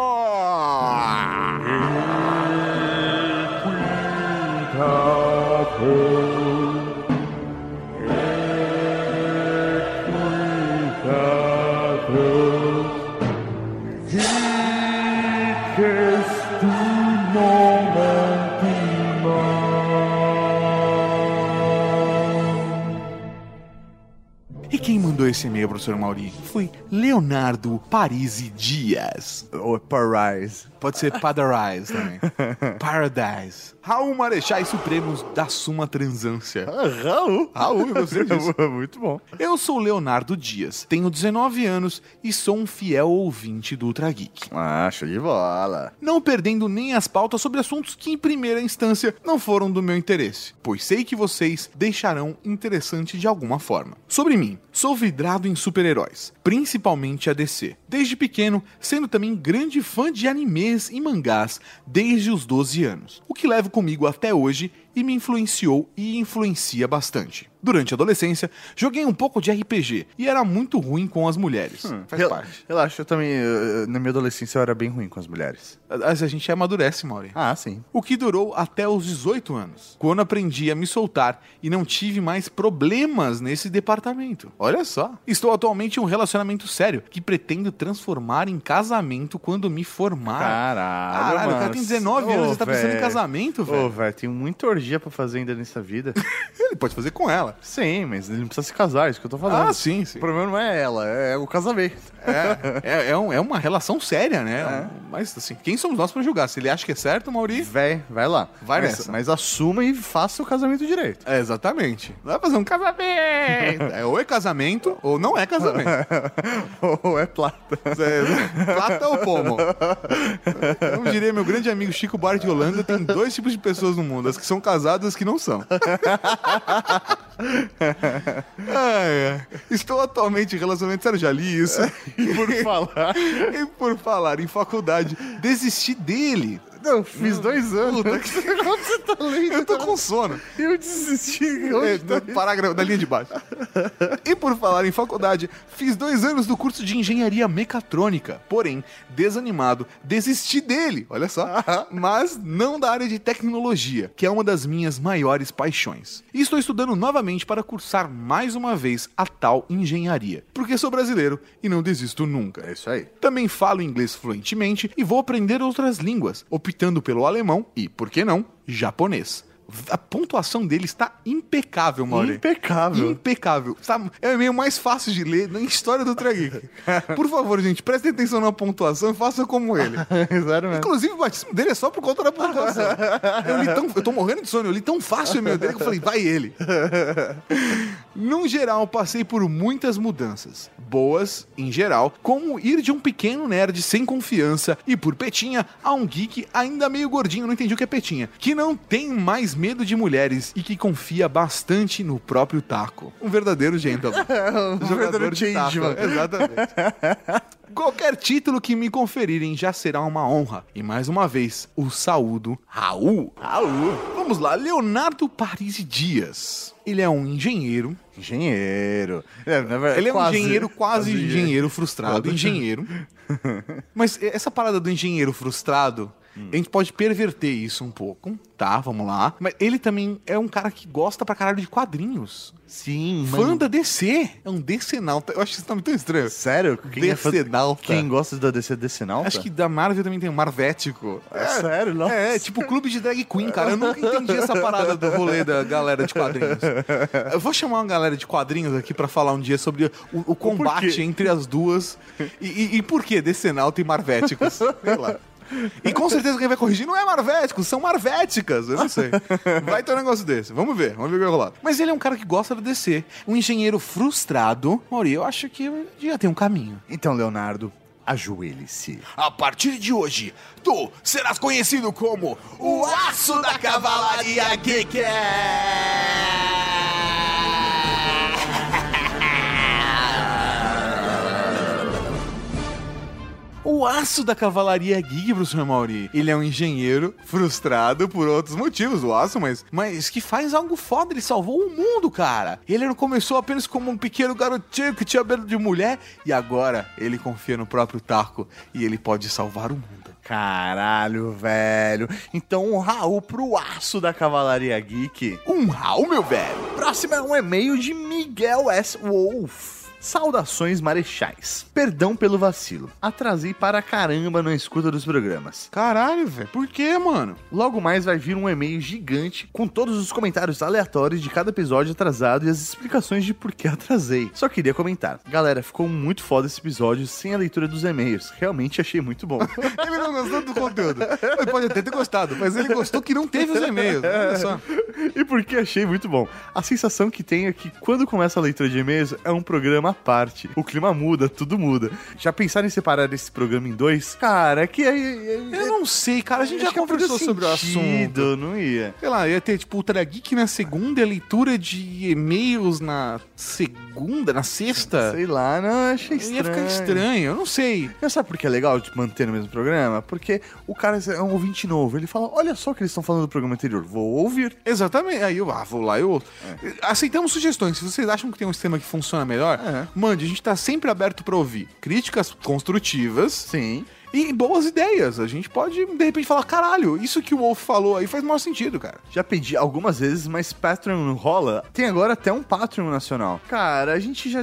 Speaker 2: E quem mandou esse e-mail, professor Mauri? Foi Leonardo Parisi Dias.
Speaker 3: Ou Parise.
Speaker 2: Pode ser Paradise <laughs> também. Paradise. Raul Marechais Supremos da Suma Transância.
Speaker 3: Raul.
Speaker 2: Ah, Raul, É eu <laughs> gostei disso.
Speaker 3: Muito bom.
Speaker 2: Eu sou Leonardo Dias, tenho 19 anos e sou um fiel ouvinte do Ultra Geek.
Speaker 3: Ah, show de bola.
Speaker 2: não perdendo nem as pautas sobre assuntos que, em primeira instância, não foram do meu interesse, pois sei que vocês deixarão interessante de alguma forma. Sobre mim, sou vidrado em super-heróis, principalmente a DC. Desde pequeno, sendo também grande fã de animes e mangás desde os 12 anos, o que levo comigo até hoje e me influenciou e influencia bastante. Durante a adolescência, joguei um pouco de RPG e era muito ruim com as mulheres.
Speaker 3: Hum, faz parte.
Speaker 2: Relaxa, eu também, eh, na minha adolescência, eu era bem ruim com as mulheres. A, a gente amadurece, Mauri.
Speaker 3: Ah, sim.
Speaker 2: O que durou até os 18 anos, quando aprendi a me soltar e não tive mais problemas nesse departamento. Olha só. Estou atualmente em um relacionamento sério que pretendo transformar em casamento quando me formar.
Speaker 3: Ah, Caralho,
Speaker 2: Caralho, o cara
Speaker 3: mano.
Speaker 2: tem 19 anos
Speaker 3: Ô,
Speaker 2: e tá pensando em
Speaker 3: véi.
Speaker 2: casamento,
Speaker 3: Ô,
Speaker 2: velho.
Speaker 3: velho, tem muita orgia pra fazer ainda nessa vida. <laughs>
Speaker 2: Ele pode fazer com ela.
Speaker 3: sim, mas ele não precisa se casar, é isso que eu tô falando.
Speaker 2: Ah, sim, sim.
Speaker 3: O problema não é ela, é o casamento.
Speaker 2: É, é, é, um- é uma relação séria, né? Um- Mas, assim, quem somos nós pra julgar? Se ele acha que é certo, Mauri?
Speaker 3: Véi, vai lá.
Speaker 2: Vai
Speaker 3: mas,
Speaker 2: nessa.
Speaker 3: Mas assuma e faça o casamento direito.
Speaker 2: É, exatamente. Vai fazer um casamento. É, ou é casamento, ou não é casamento.
Speaker 3: <laughs> Ou é plata.
Speaker 2: <laughs> É, Plata ou pomo? Como diria meu grande amigo Chico Buarque de Holanda, tem dois tipos de pessoas no mundo, as que são casadas e as que não
Speaker 3: <laughs>
Speaker 2: são. Ai, ai. Estou atualmente em relacionamento, sério, já li isso. E por falar, <laughs> e por falar em faculdade, desisti dele.
Speaker 3: Não, fiz dois anos.
Speaker 2: Puta que-
Speaker 3: <laughs> Como você tá lendo?
Speaker 2: Eu tô com sono.
Speaker 3: Eu desisti.
Speaker 2: É,
Speaker 3: Hoje
Speaker 2: do parágrafo da linha de baixo. E por falar em faculdade, fiz dois anos do curso de engenharia mecatrônica. Porém, desanimado, desisti dele, olha só. Mas não da área de tecnologia, que é uma das minhas maiores paixões. E estou estudando novamente para cursar mais uma vez a tal engenharia. Porque sou brasileiro e não desisto nunca. É isso aí. Também falo inglês fluentemente e vou aprender outras línguas, optando pelo alemão e, por que não, japonês. A pontuação dele está impecável, Mauri.
Speaker 3: Impecável.
Speaker 2: Impecável. Sabe, É o e-mail mais fácil de ler na história do Trageek. Por favor, gente, prestem atenção na pontuação e façam como ele.
Speaker 3: <laughs> Sério mesmo.
Speaker 2: Inclusive, o batismo dele é só por conta da pontuação. Eu, li tão, eu tô morrendo de sono, eu li tão fácil o e-mail dele que eu falei, vai ele. Num geral, passei por muitas mudanças. Boas, em geral, como ir de um pequeno nerd sem confiança e por petinha a um geek ainda meio gordinho, não entendi o que é petinha, que não tem mais medo de mulheres e que confia bastante no próprio taco. Um verdadeiro gentleman. um
Speaker 3: verdadeiro changeman.
Speaker 2: Exatamente. Qualquer título que me conferirem já será uma honra. E mais uma vez, o saúdo Raul. Raul. Vamos lá, Leonardo Paris Dias. Ele é um engenheiro.
Speaker 3: Engenheiro. É, na verdade,
Speaker 2: Ele é
Speaker 3: quase.
Speaker 2: um engenheiro, quase engenheiro frustrado.
Speaker 3: Quase.
Speaker 2: Engenheiro. Mas essa parada do engenheiro frustrado, a gente pode perverter isso um pouco, tá? Vamos lá. Mas ele também é um cara que gosta pra caralho de quadrinhos.
Speaker 3: Sim,
Speaker 2: Fã
Speaker 3: mano.
Speaker 2: da DC. É um decenalta. Eu acho esse nome tão estranho.
Speaker 3: Sério? Quem, é fã-
Speaker 2: Decenalta.
Speaker 3: Quem gosta da DC Decenalta?
Speaker 2: Acho que da Marvel também tem um Marvético.
Speaker 3: É, sério, não?
Speaker 2: É, é tipo clube de drag queen, cara. Eu nunca entendi essa parada do rolê da galera de quadrinhos. Eu vou chamar uma galera de quadrinhos aqui pra falar um dia sobre o, o combate entre as duas. E, e, e por que Decenalta e Marvéticos? Sei lá. E com certeza quem vai corrigir não é Marvéticos, são Marvéticas. Eu não sei. Vai ter um negócio desse. Vamos ver, vamos ver o que vai rolar. Mas ele é um cara que gosta de descer. Um engenheiro frustrado. Mauri, eu acho que já tem um caminho.
Speaker 3: Então, Leonardo, ajoelhe-se.
Speaker 2: A partir de hoje, tu serás conhecido como o Aço da Cavalaria Geek. O Aço da Cavalaria é Geek, professor Mauri, ele é um engenheiro frustrado por outros motivos, o Aço, mas, mas que faz algo foda, ele salvou o mundo, cara. Ele não começou apenas como um pequeno garotinho que tinha medo de mulher, e agora ele confia no próprio Tarco e ele pode salvar o mundo.
Speaker 3: Caralho, velho. Então, um Raul pro aço da Cavalaria Geek.
Speaker 2: Um Raul, meu velho!
Speaker 3: Próximo é um e-mail de Miguel S. Wolf. Saudações marechais. Perdão pelo vacilo. Atrasei para caramba na escuta dos programas.
Speaker 2: Caralho, velho, por que, mano?
Speaker 3: Logo mais vai vir um e-mail gigante com todos os comentários aleatórios de cada episódio atrasado e as explicações de por que atrasei. Só queria comentar. Galera, ficou muito foda esse episódio sem a leitura dos e-mails. Realmente achei muito bom.
Speaker 2: Ele não gostou do conteúdo. Ele pode até ter gostado, mas ele gostou que não teve os e-mails. Olha só.
Speaker 3: <laughs> e por que achei muito bom? A sensação que tenho é que quando começa a leitura de e-mails é um programa à parte. O clima muda, tudo muda. Já pensaram em separar esse programa em dois? Cara, que é, eu não sei, é cara,
Speaker 2: a gente já conversou sobre o assunto.
Speaker 3: um Não ia.
Speaker 2: Sei lá, ia ter tipo Ultra Geek na segunda, e a leitura de e-mails na segunda, na sexta.
Speaker 3: É. Sei lá, não, eu achei estranho.
Speaker 2: Ia ficar estranho, eu não sei.
Speaker 3: Mas sabe por que é legal de manter no mesmo programa? Porque o cara é um ouvinte novo. Ele fala: Olha só o que eles estão falando do programa anterior, vou ouvir.
Speaker 2: Exatamente. Aí eu ah, vou lá, eu ouço. Aceitamos sugestões. Se vocês acham que tem um sistema que funciona melhor, mande. A gente tá sempre aberto pra ouvir críticas construtivas.
Speaker 3: Sim.
Speaker 2: E boas ideias. A gente pode, de repente, falar: caralho, isso que o Wolf falou aí faz maior sentido, cara.
Speaker 3: Já pedi algumas vezes, mas Patreon não rola. Tem agora até um Patreon nacional. Cara, a gente já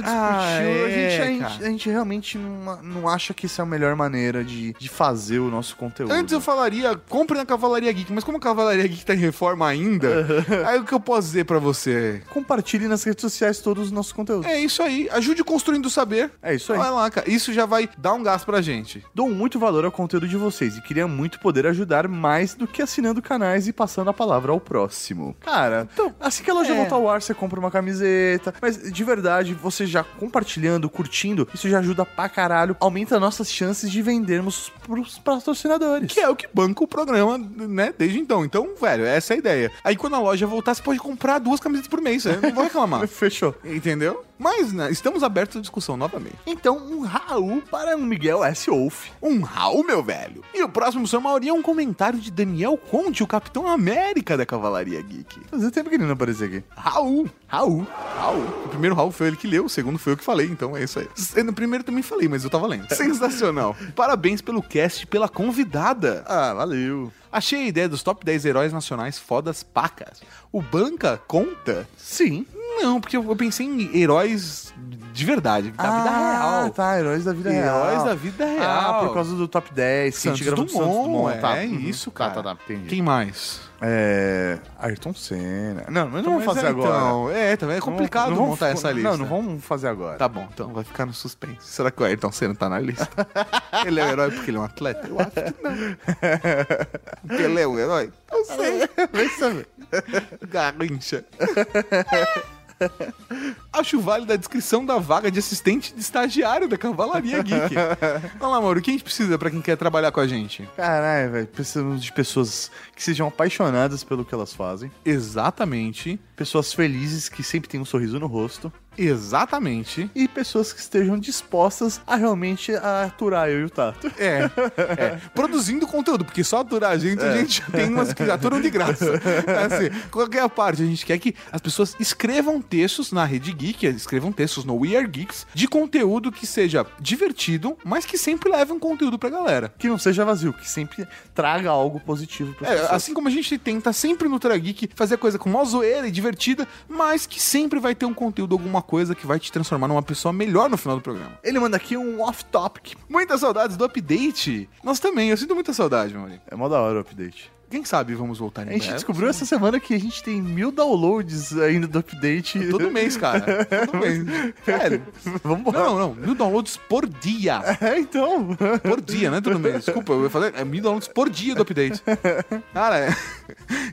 Speaker 2: é,
Speaker 3: discutiu, a, gente, a gente-
Speaker 2: cara.
Speaker 3: a gente realmente não, não acha que isso é a melhor maneira de, de fazer o nosso conteúdo.
Speaker 2: Antes eu falaria, compre na Cavalaria Geek, mas como a Cavalaria Geek tá em reforma ainda, aí o que eu posso dizer pra você?
Speaker 3: Compartilhe nas redes sociais todos os nossos conteúdos.
Speaker 2: É isso aí, ajude construindo o saber.
Speaker 3: É isso aí.
Speaker 2: Vai lá, cara, isso já vai dar um gás pra gente.
Speaker 3: Dou muito valor ao conteúdo de vocês e queria muito poder ajudar mais do que assinando canais e passando a palavra ao próximo. Cara, assim que a loja
Speaker 2: é.
Speaker 3: voltar ao ar, você compra uma camiseta. Mas de verdade, você já compartilhando, curtindo, isso já ajuda pra caralho. Aumenta nossas chances de vendermos pros patrocinadores.
Speaker 2: Que é o que banca o programa, né, desde então. Então, velho, essa é a ideia. Aí quando a loja voltar, você pode comprar duas camisetas por mês, né? não vou
Speaker 3: <laughs>
Speaker 2: reclamar.
Speaker 3: Fechou.
Speaker 2: Entendeu? Mas, né, estamos abertos à discussão novamente.
Speaker 3: Então, um Raul para um Miguel S. Wolf.
Speaker 2: Um Raul, meu velho. E o próximo Sr. Mauri é um comentário de Daniel Conte, o Capitão América da Cavalaria Geek.
Speaker 3: Fazia tempo que ele não aparecia aqui.
Speaker 2: Raul.
Speaker 3: Raul.
Speaker 2: Raul. O primeiro Raul foi ele que leu, o segundo foi eu que falei, então é isso aí. S- No primeiro também falei, mas eu tava
Speaker 3: <laughs>
Speaker 2: lendo. Sensacional. Parabéns pelo cast, e pela convidada.
Speaker 3: Ah, valeu.
Speaker 2: Achei a ideia dos top 10 heróis nacionais fodas pacas. O Banca conta?
Speaker 3: Sim.
Speaker 2: Não, porque eu eu pensei em heróis de verdade, da vida
Speaker 3: Ah,
Speaker 2: real.
Speaker 3: tá. Heróis da vida real.
Speaker 2: Heróis da vida real.
Speaker 3: Ah, por causa do top 10 que a gente
Speaker 2: Santos
Speaker 3: gravou do
Speaker 2: Dumont,
Speaker 3: Santos Dumont.
Speaker 2: é,
Speaker 3: tá.
Speaker 2: é
Speaker 3: Uhum.
Speaker 2: isso, cara.
Speaker 3: Tá, tá, tá. Entendi.
Speaker 2: Quem mais?
Speaker 3: É... Ayrton Senna. Não, mas não vamos
Speaker 2: Mas
Speaker 3: fazer
Speaker 2: é,
Speaker 3: agora. Não,
Speaker 2: Então, é, também é complicado
Speaker 3: não vamos-
Speaker 2: montar essa lista.
Speaker 3: Não, não vamos fazer agora.
Speaker 2: Tá bom, então vai ficar no suspense. Será que o Ayrton Senna tá na lista? <laughs> ele é um herói porque ele é um atleta? Eu acho que <laughs> não. Pelé é um herói? Não sei. <laughs>
Speaker 3: Vai saber.
Speaker 2: Garrincha. <laughs> Acho válida a descrição da vaga de assistente de estagiário da Cavalaria <laughs> Geek. Olha lá, Mauro, o que a gente precisa pra quem quer trabalhar com a gente?
Speaker 3: Caralho, velho. Precisamos de pessoas que sejam apaixonadas pelo que elas fazem.
Speaker 2: Exatamente,
Speaker 3: Pessoas felizes que sempre têm um sorriso no rosto.
Speaker 2: exatamente.
Speaker 3: E pessoas que estejam dispostas a realmente a aturar eu e o Tato. <laughs>
Speaker 2: É, é. Produzindo conteúdo, porque só aturar a gente, a gente tem umas que aturam de graça. Assim, qualquer parte, a gente quer que as pessoas escrevam textos na Rede Geek, escrevam textos no We Are Geeks, de conteúdo que seja divertido, mas que sempre leve um conteúdo pra galera.
Speaker 3: Que não seja vazio, que sempre traga algo positivo para
Speaker 2: É, assim como a gente tenta sempre no Ultra Geek fazer coisa com mó zoeira e divertida, mas que sempre vai ter um conteúdo, alguma coisa que vai te transformar numa pessoa melhor no final do programa.
Speaker 3: Ele manda aqui um off-topic.
Speaker 2: Muitas saudades do update. Nós também, eu sinto muita saudade, Mauri.
Speaker 3: É mó da hora o update.
Speaker 2: Quem sabe vamos voltar em
Speaker 3: A gente
Speaker 2: breve.
Speaker 3: descobriu essa semana que a gente tem mil downloads ainda do update. <laughs>
Speaker 2: Todo mês, cara. Todo mês. Sério.
Speaker 3: Vamos embora.
Speaker 2: Não, não, não. Mil downloads por dia.
Speaker 3: <laughs> É, então.
Speaker 2: Por dia, não é todo mês. Desculpa, eu ia falar. É mil downloads por dia do update. Cara, <laughs> é...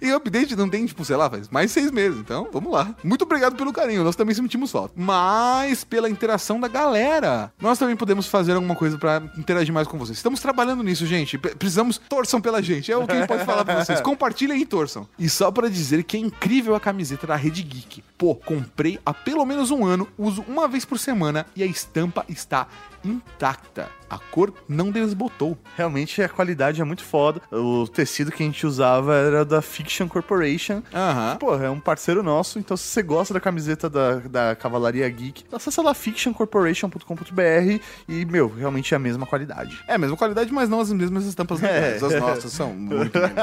Speaker 2: e o update não tem, tipo, sei lá, faz mais seis meses. Então, vamos lá. Muito obrigado pelo carinho. Nós também sentimos falta. Mas pela interação da galera. Nós também podemos fazer alguma coisa pra interagir mais com vocês. Estamos trabalhando nisso, gente. Pre- Precisamos. Torçam pela gente. É o que a gente pode falar pra vocês. Compartilhem e torçam. E só pra dizer que é incrível a camiseta da Rede Geek. Pô, comprei há pelo menos um ano, uso uma vez por semana e a estampa está intacta. A cor não desbotou.
Speaker 3: Realmente a qualidade é muito foda. O tecido que a gente usava era da Fiction Corporation.
Speaker 2: Aham.
Speaker 3: Porra, é um parceiro nosso, então se você gosta da camiseta da, da Cavalaria Geek, acessa lá fictioncorporation.com.br e, meu, realmente é a mesma qualidade.
Speaker 2: É, a mesma qualidade, mas não as mesmas estampas legais. As nossas são muito menos.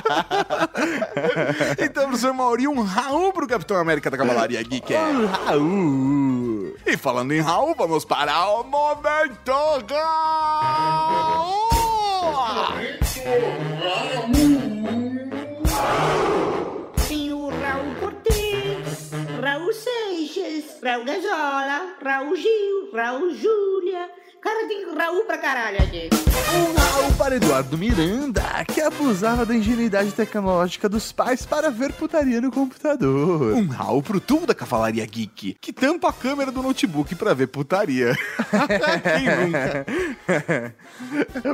Speaker 2: <laughs> então, professor Mauri, um Raul pro Capitão América da Cavalaria Geek. É. Um Raul. E falando em Raul, vamos para o Momento Raul.
Speaker 1: Tem o Raul Cortez, Raul Seixas, Raul Gazola, Raul Gil, Raul Júlia. Cara, tem Raul pra caralho aqui.
Speaker 2: Um Raul
Speaker 3: para Eduardo Miranda, que abusava da ingenuidade tecnológica dos pais para ver putaria no computador.
Speaker 2: Um rau pro tubo da Cavalaria Geek, que tampa a câmera do notebook pra ver
Speaker 3: <laughs>
Speaker 2: putaria. Quem nunca?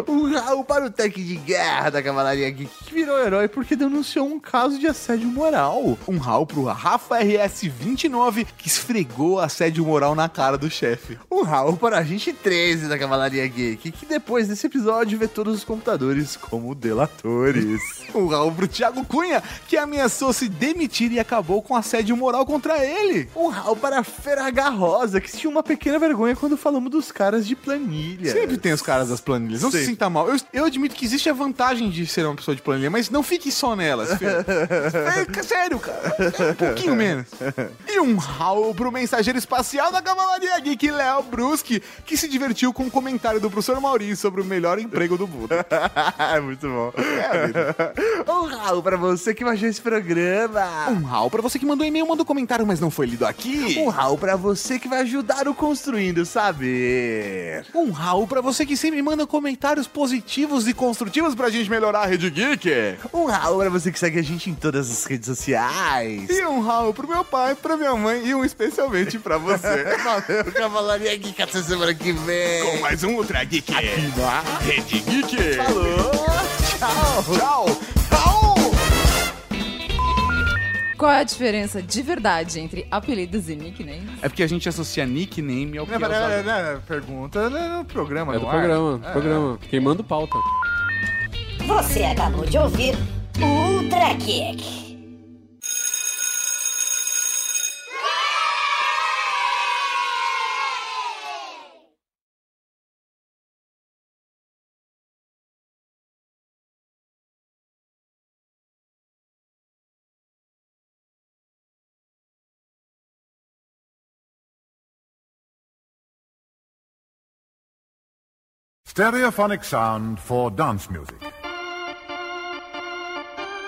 Speaker 3: um rau para o tanque de guerra da Cavalaria Geek, que virou herói porque denunciou um caso de assédio moral.
Speaker 2: Um rau pro Rafa RS29, que esfregou assédio moral na cara do chefe.
Speaker 3: Um rau para a gente 13 da Cavalaria Geek, que depois desse episódio vê todos os computadores como delatores.
Speaker 2: Um rau pro Thiago Cunha, que ameaçou se demitir e acabou com assédio moral contra ele.
Speaker 3: um rau para a Ferraga Rosa, que tinha uma pequena vergonha quando falamos dos caras de planilha. <laughs>
Speaker 2: Sempre tem os caras das planilhas, não se
Speaker 3: Sempre.
Speaker 2: sinta mal. Eu, eu admito que existe a vantagem de ser uma pessoa de planilha, mas não fique só nelas, Fê. É, Sério, cara. É um pouquinho menos. E um Raul pro mensageiro espacial da Cavalaria Geek, Léo Bruschi, que se divertiu com o comentário do professor Maurício sobre o melhor emprego do mundo.
Speaker 3: Ah, é Muito bom.
Speaker 2: É,
Speaker 3: <laughs> um rau para você que baixou esse programa.
Speaker 2: Um Raul pra você que mandou e-mail, mandou comentário, mas não foi lido aqui.
Speaker 3: Um rau pra você que vai ajudar o Construindo Saber.
Speaker 2: Um Raul pra você que sempre manda comentários positivos e construtivos pra gente melhorar a Rede Geek.
Speaker 3: Um rau pra você que segue a gente em todas as redes sociais.
Speaker 2: E um Raul pro meu pai, pra minha mãe e um especialmente pra você. <laughs>
Speaker 3: Valeu, Cavalaria Geek, até semana que vem.
Speaker 2: Com mais um Ultra Geek. Aqui na Rede Geek.
Speaker 3: Falou, tchau.
Speaker 2: Tchau. Tchau.
Speaker 4: Qual é a diferença de verdade entre apelidos e nicknames?
Speaker 2: É porque a gente associa nickname ao que é usado.
Speaker 3: Pergunta no programa,
Speaker 5: É do programa, do programa. Quem manda pauta.
Speaker 1: Você acabou de ouvir o Ultra Kick.
Speaker 6: Stereophonic sound for dance music.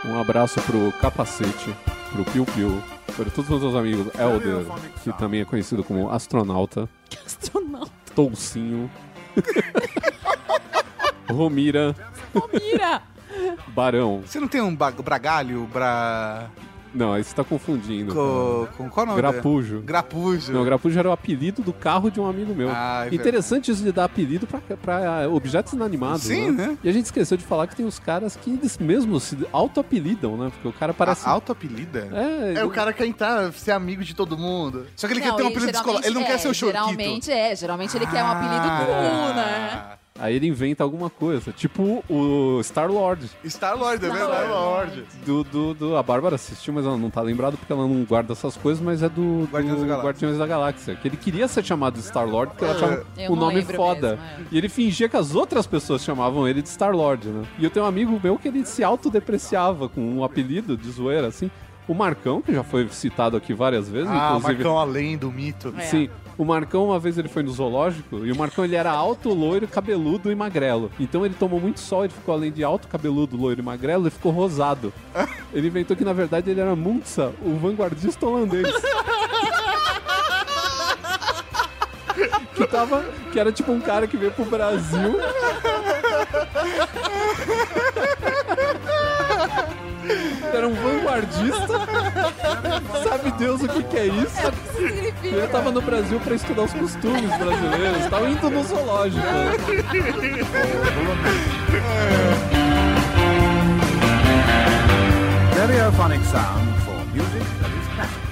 Speaker 5: Um abraço pro Capacete, pro Piu Piu, para todos os meus amigos. Elder, que também é conhecido como Astronauta.
Speaker 4: Astronauta.
Speaker 5: Toucinho. <laughs> Romira.
Speaker 4: Mira!
Speaker 5: Barão.
Speaker 2: Você não tem um ba- bragalho, bra...
Speaker 5: Não, aí você tá confundindo.
Speaker 2: Co... Com qual nome?
Speaker 5: Grapujo.
Speaker 2: Grapujo.
Speaker 5: Não, Grapujo era o apelido do carro de um amigo meu.
Speaker 2: Ah, é verdade.
Speaker 5: Interessante isso de dar apelido pra, pra objetos inanimados.
Speaker 2: Sim, né?
Speaker 5: E a gente esqueceu de falar que tem os caras que eles mesmos se auto-apelidam, né? Porque o cara parece.
Speaker 2: A- Auto-apelida?
Speaker 5: É,
Speaker 3: É o cara tentar ser amigo de todo mundo.
Speaker 2: Só que ele quer ter um apelido escolar. Ele não quer ser o Ah. Chorquito.
Speaker 4: é, Geralmente é, geralmente ele quer um apelido cool, né?
Speaker 2: Ah,
Speaker 5: Aí ele inventa alguma coisa. Tipo o Star-Lord.
Speaker 2: Star-Lord, é
Speaker 4: Star-Lord.
Speaker 3: Ah,
Speaker 2: verdade.
Speaker 5: Do, do, do- a Bárbara assistiu, mas ela não tá lembrada porque ela não guarda essas coisas, mas é do, do
Speaker 2: Guardiões da Galáxia.
Speaker 5: Guardiões da Galáxia. Que ele queria ser chamado de Star-Lord porque ela achava
Speaker 4: É. Eu
Speaker 5: o
Speaker 4: não
Speaker 5: nome
Speaker 4: lembro
Speaker 5: foda.
Speaker 4: mesmo, é.
Speaker 5: E ele fingia que as outras pessoas chamavam ele de Star-Lord, né? E eu tenho um amigo meu que ele se autodepreciava com um apelido de zoeira, assim. O Marcão, que já foi citado aqui várias vezes,
Speaker 3: Ah, o
Speaker 5: inclusive.
Speaker 3: Marcão além do mito.
Speaker 4: É.
Speaker 5: Sim. O Marcão, uma vez ele foi no zoológico, e o Marcão ele era alto, loiro, cabeludo e magrelo. Então ele tomou muito sol, ele ficou além de alto, cabeludo, loiro e magrelo, ele ficou rosado. Ele inventou que na verdade ele era Muntza, o vanguardista holandês. que tava. que era tipo um cara que veio pro Brasil. Era um vanguardista. Sabe Deus o que, que é isso?
Speaker 4: É o que isso significa.
Speaker 5: Eu tava no Brasil pra estudar os costumes brasileiros, tava indo no zoológico.
Speaker 6: Stereophonic sound for music that is classical.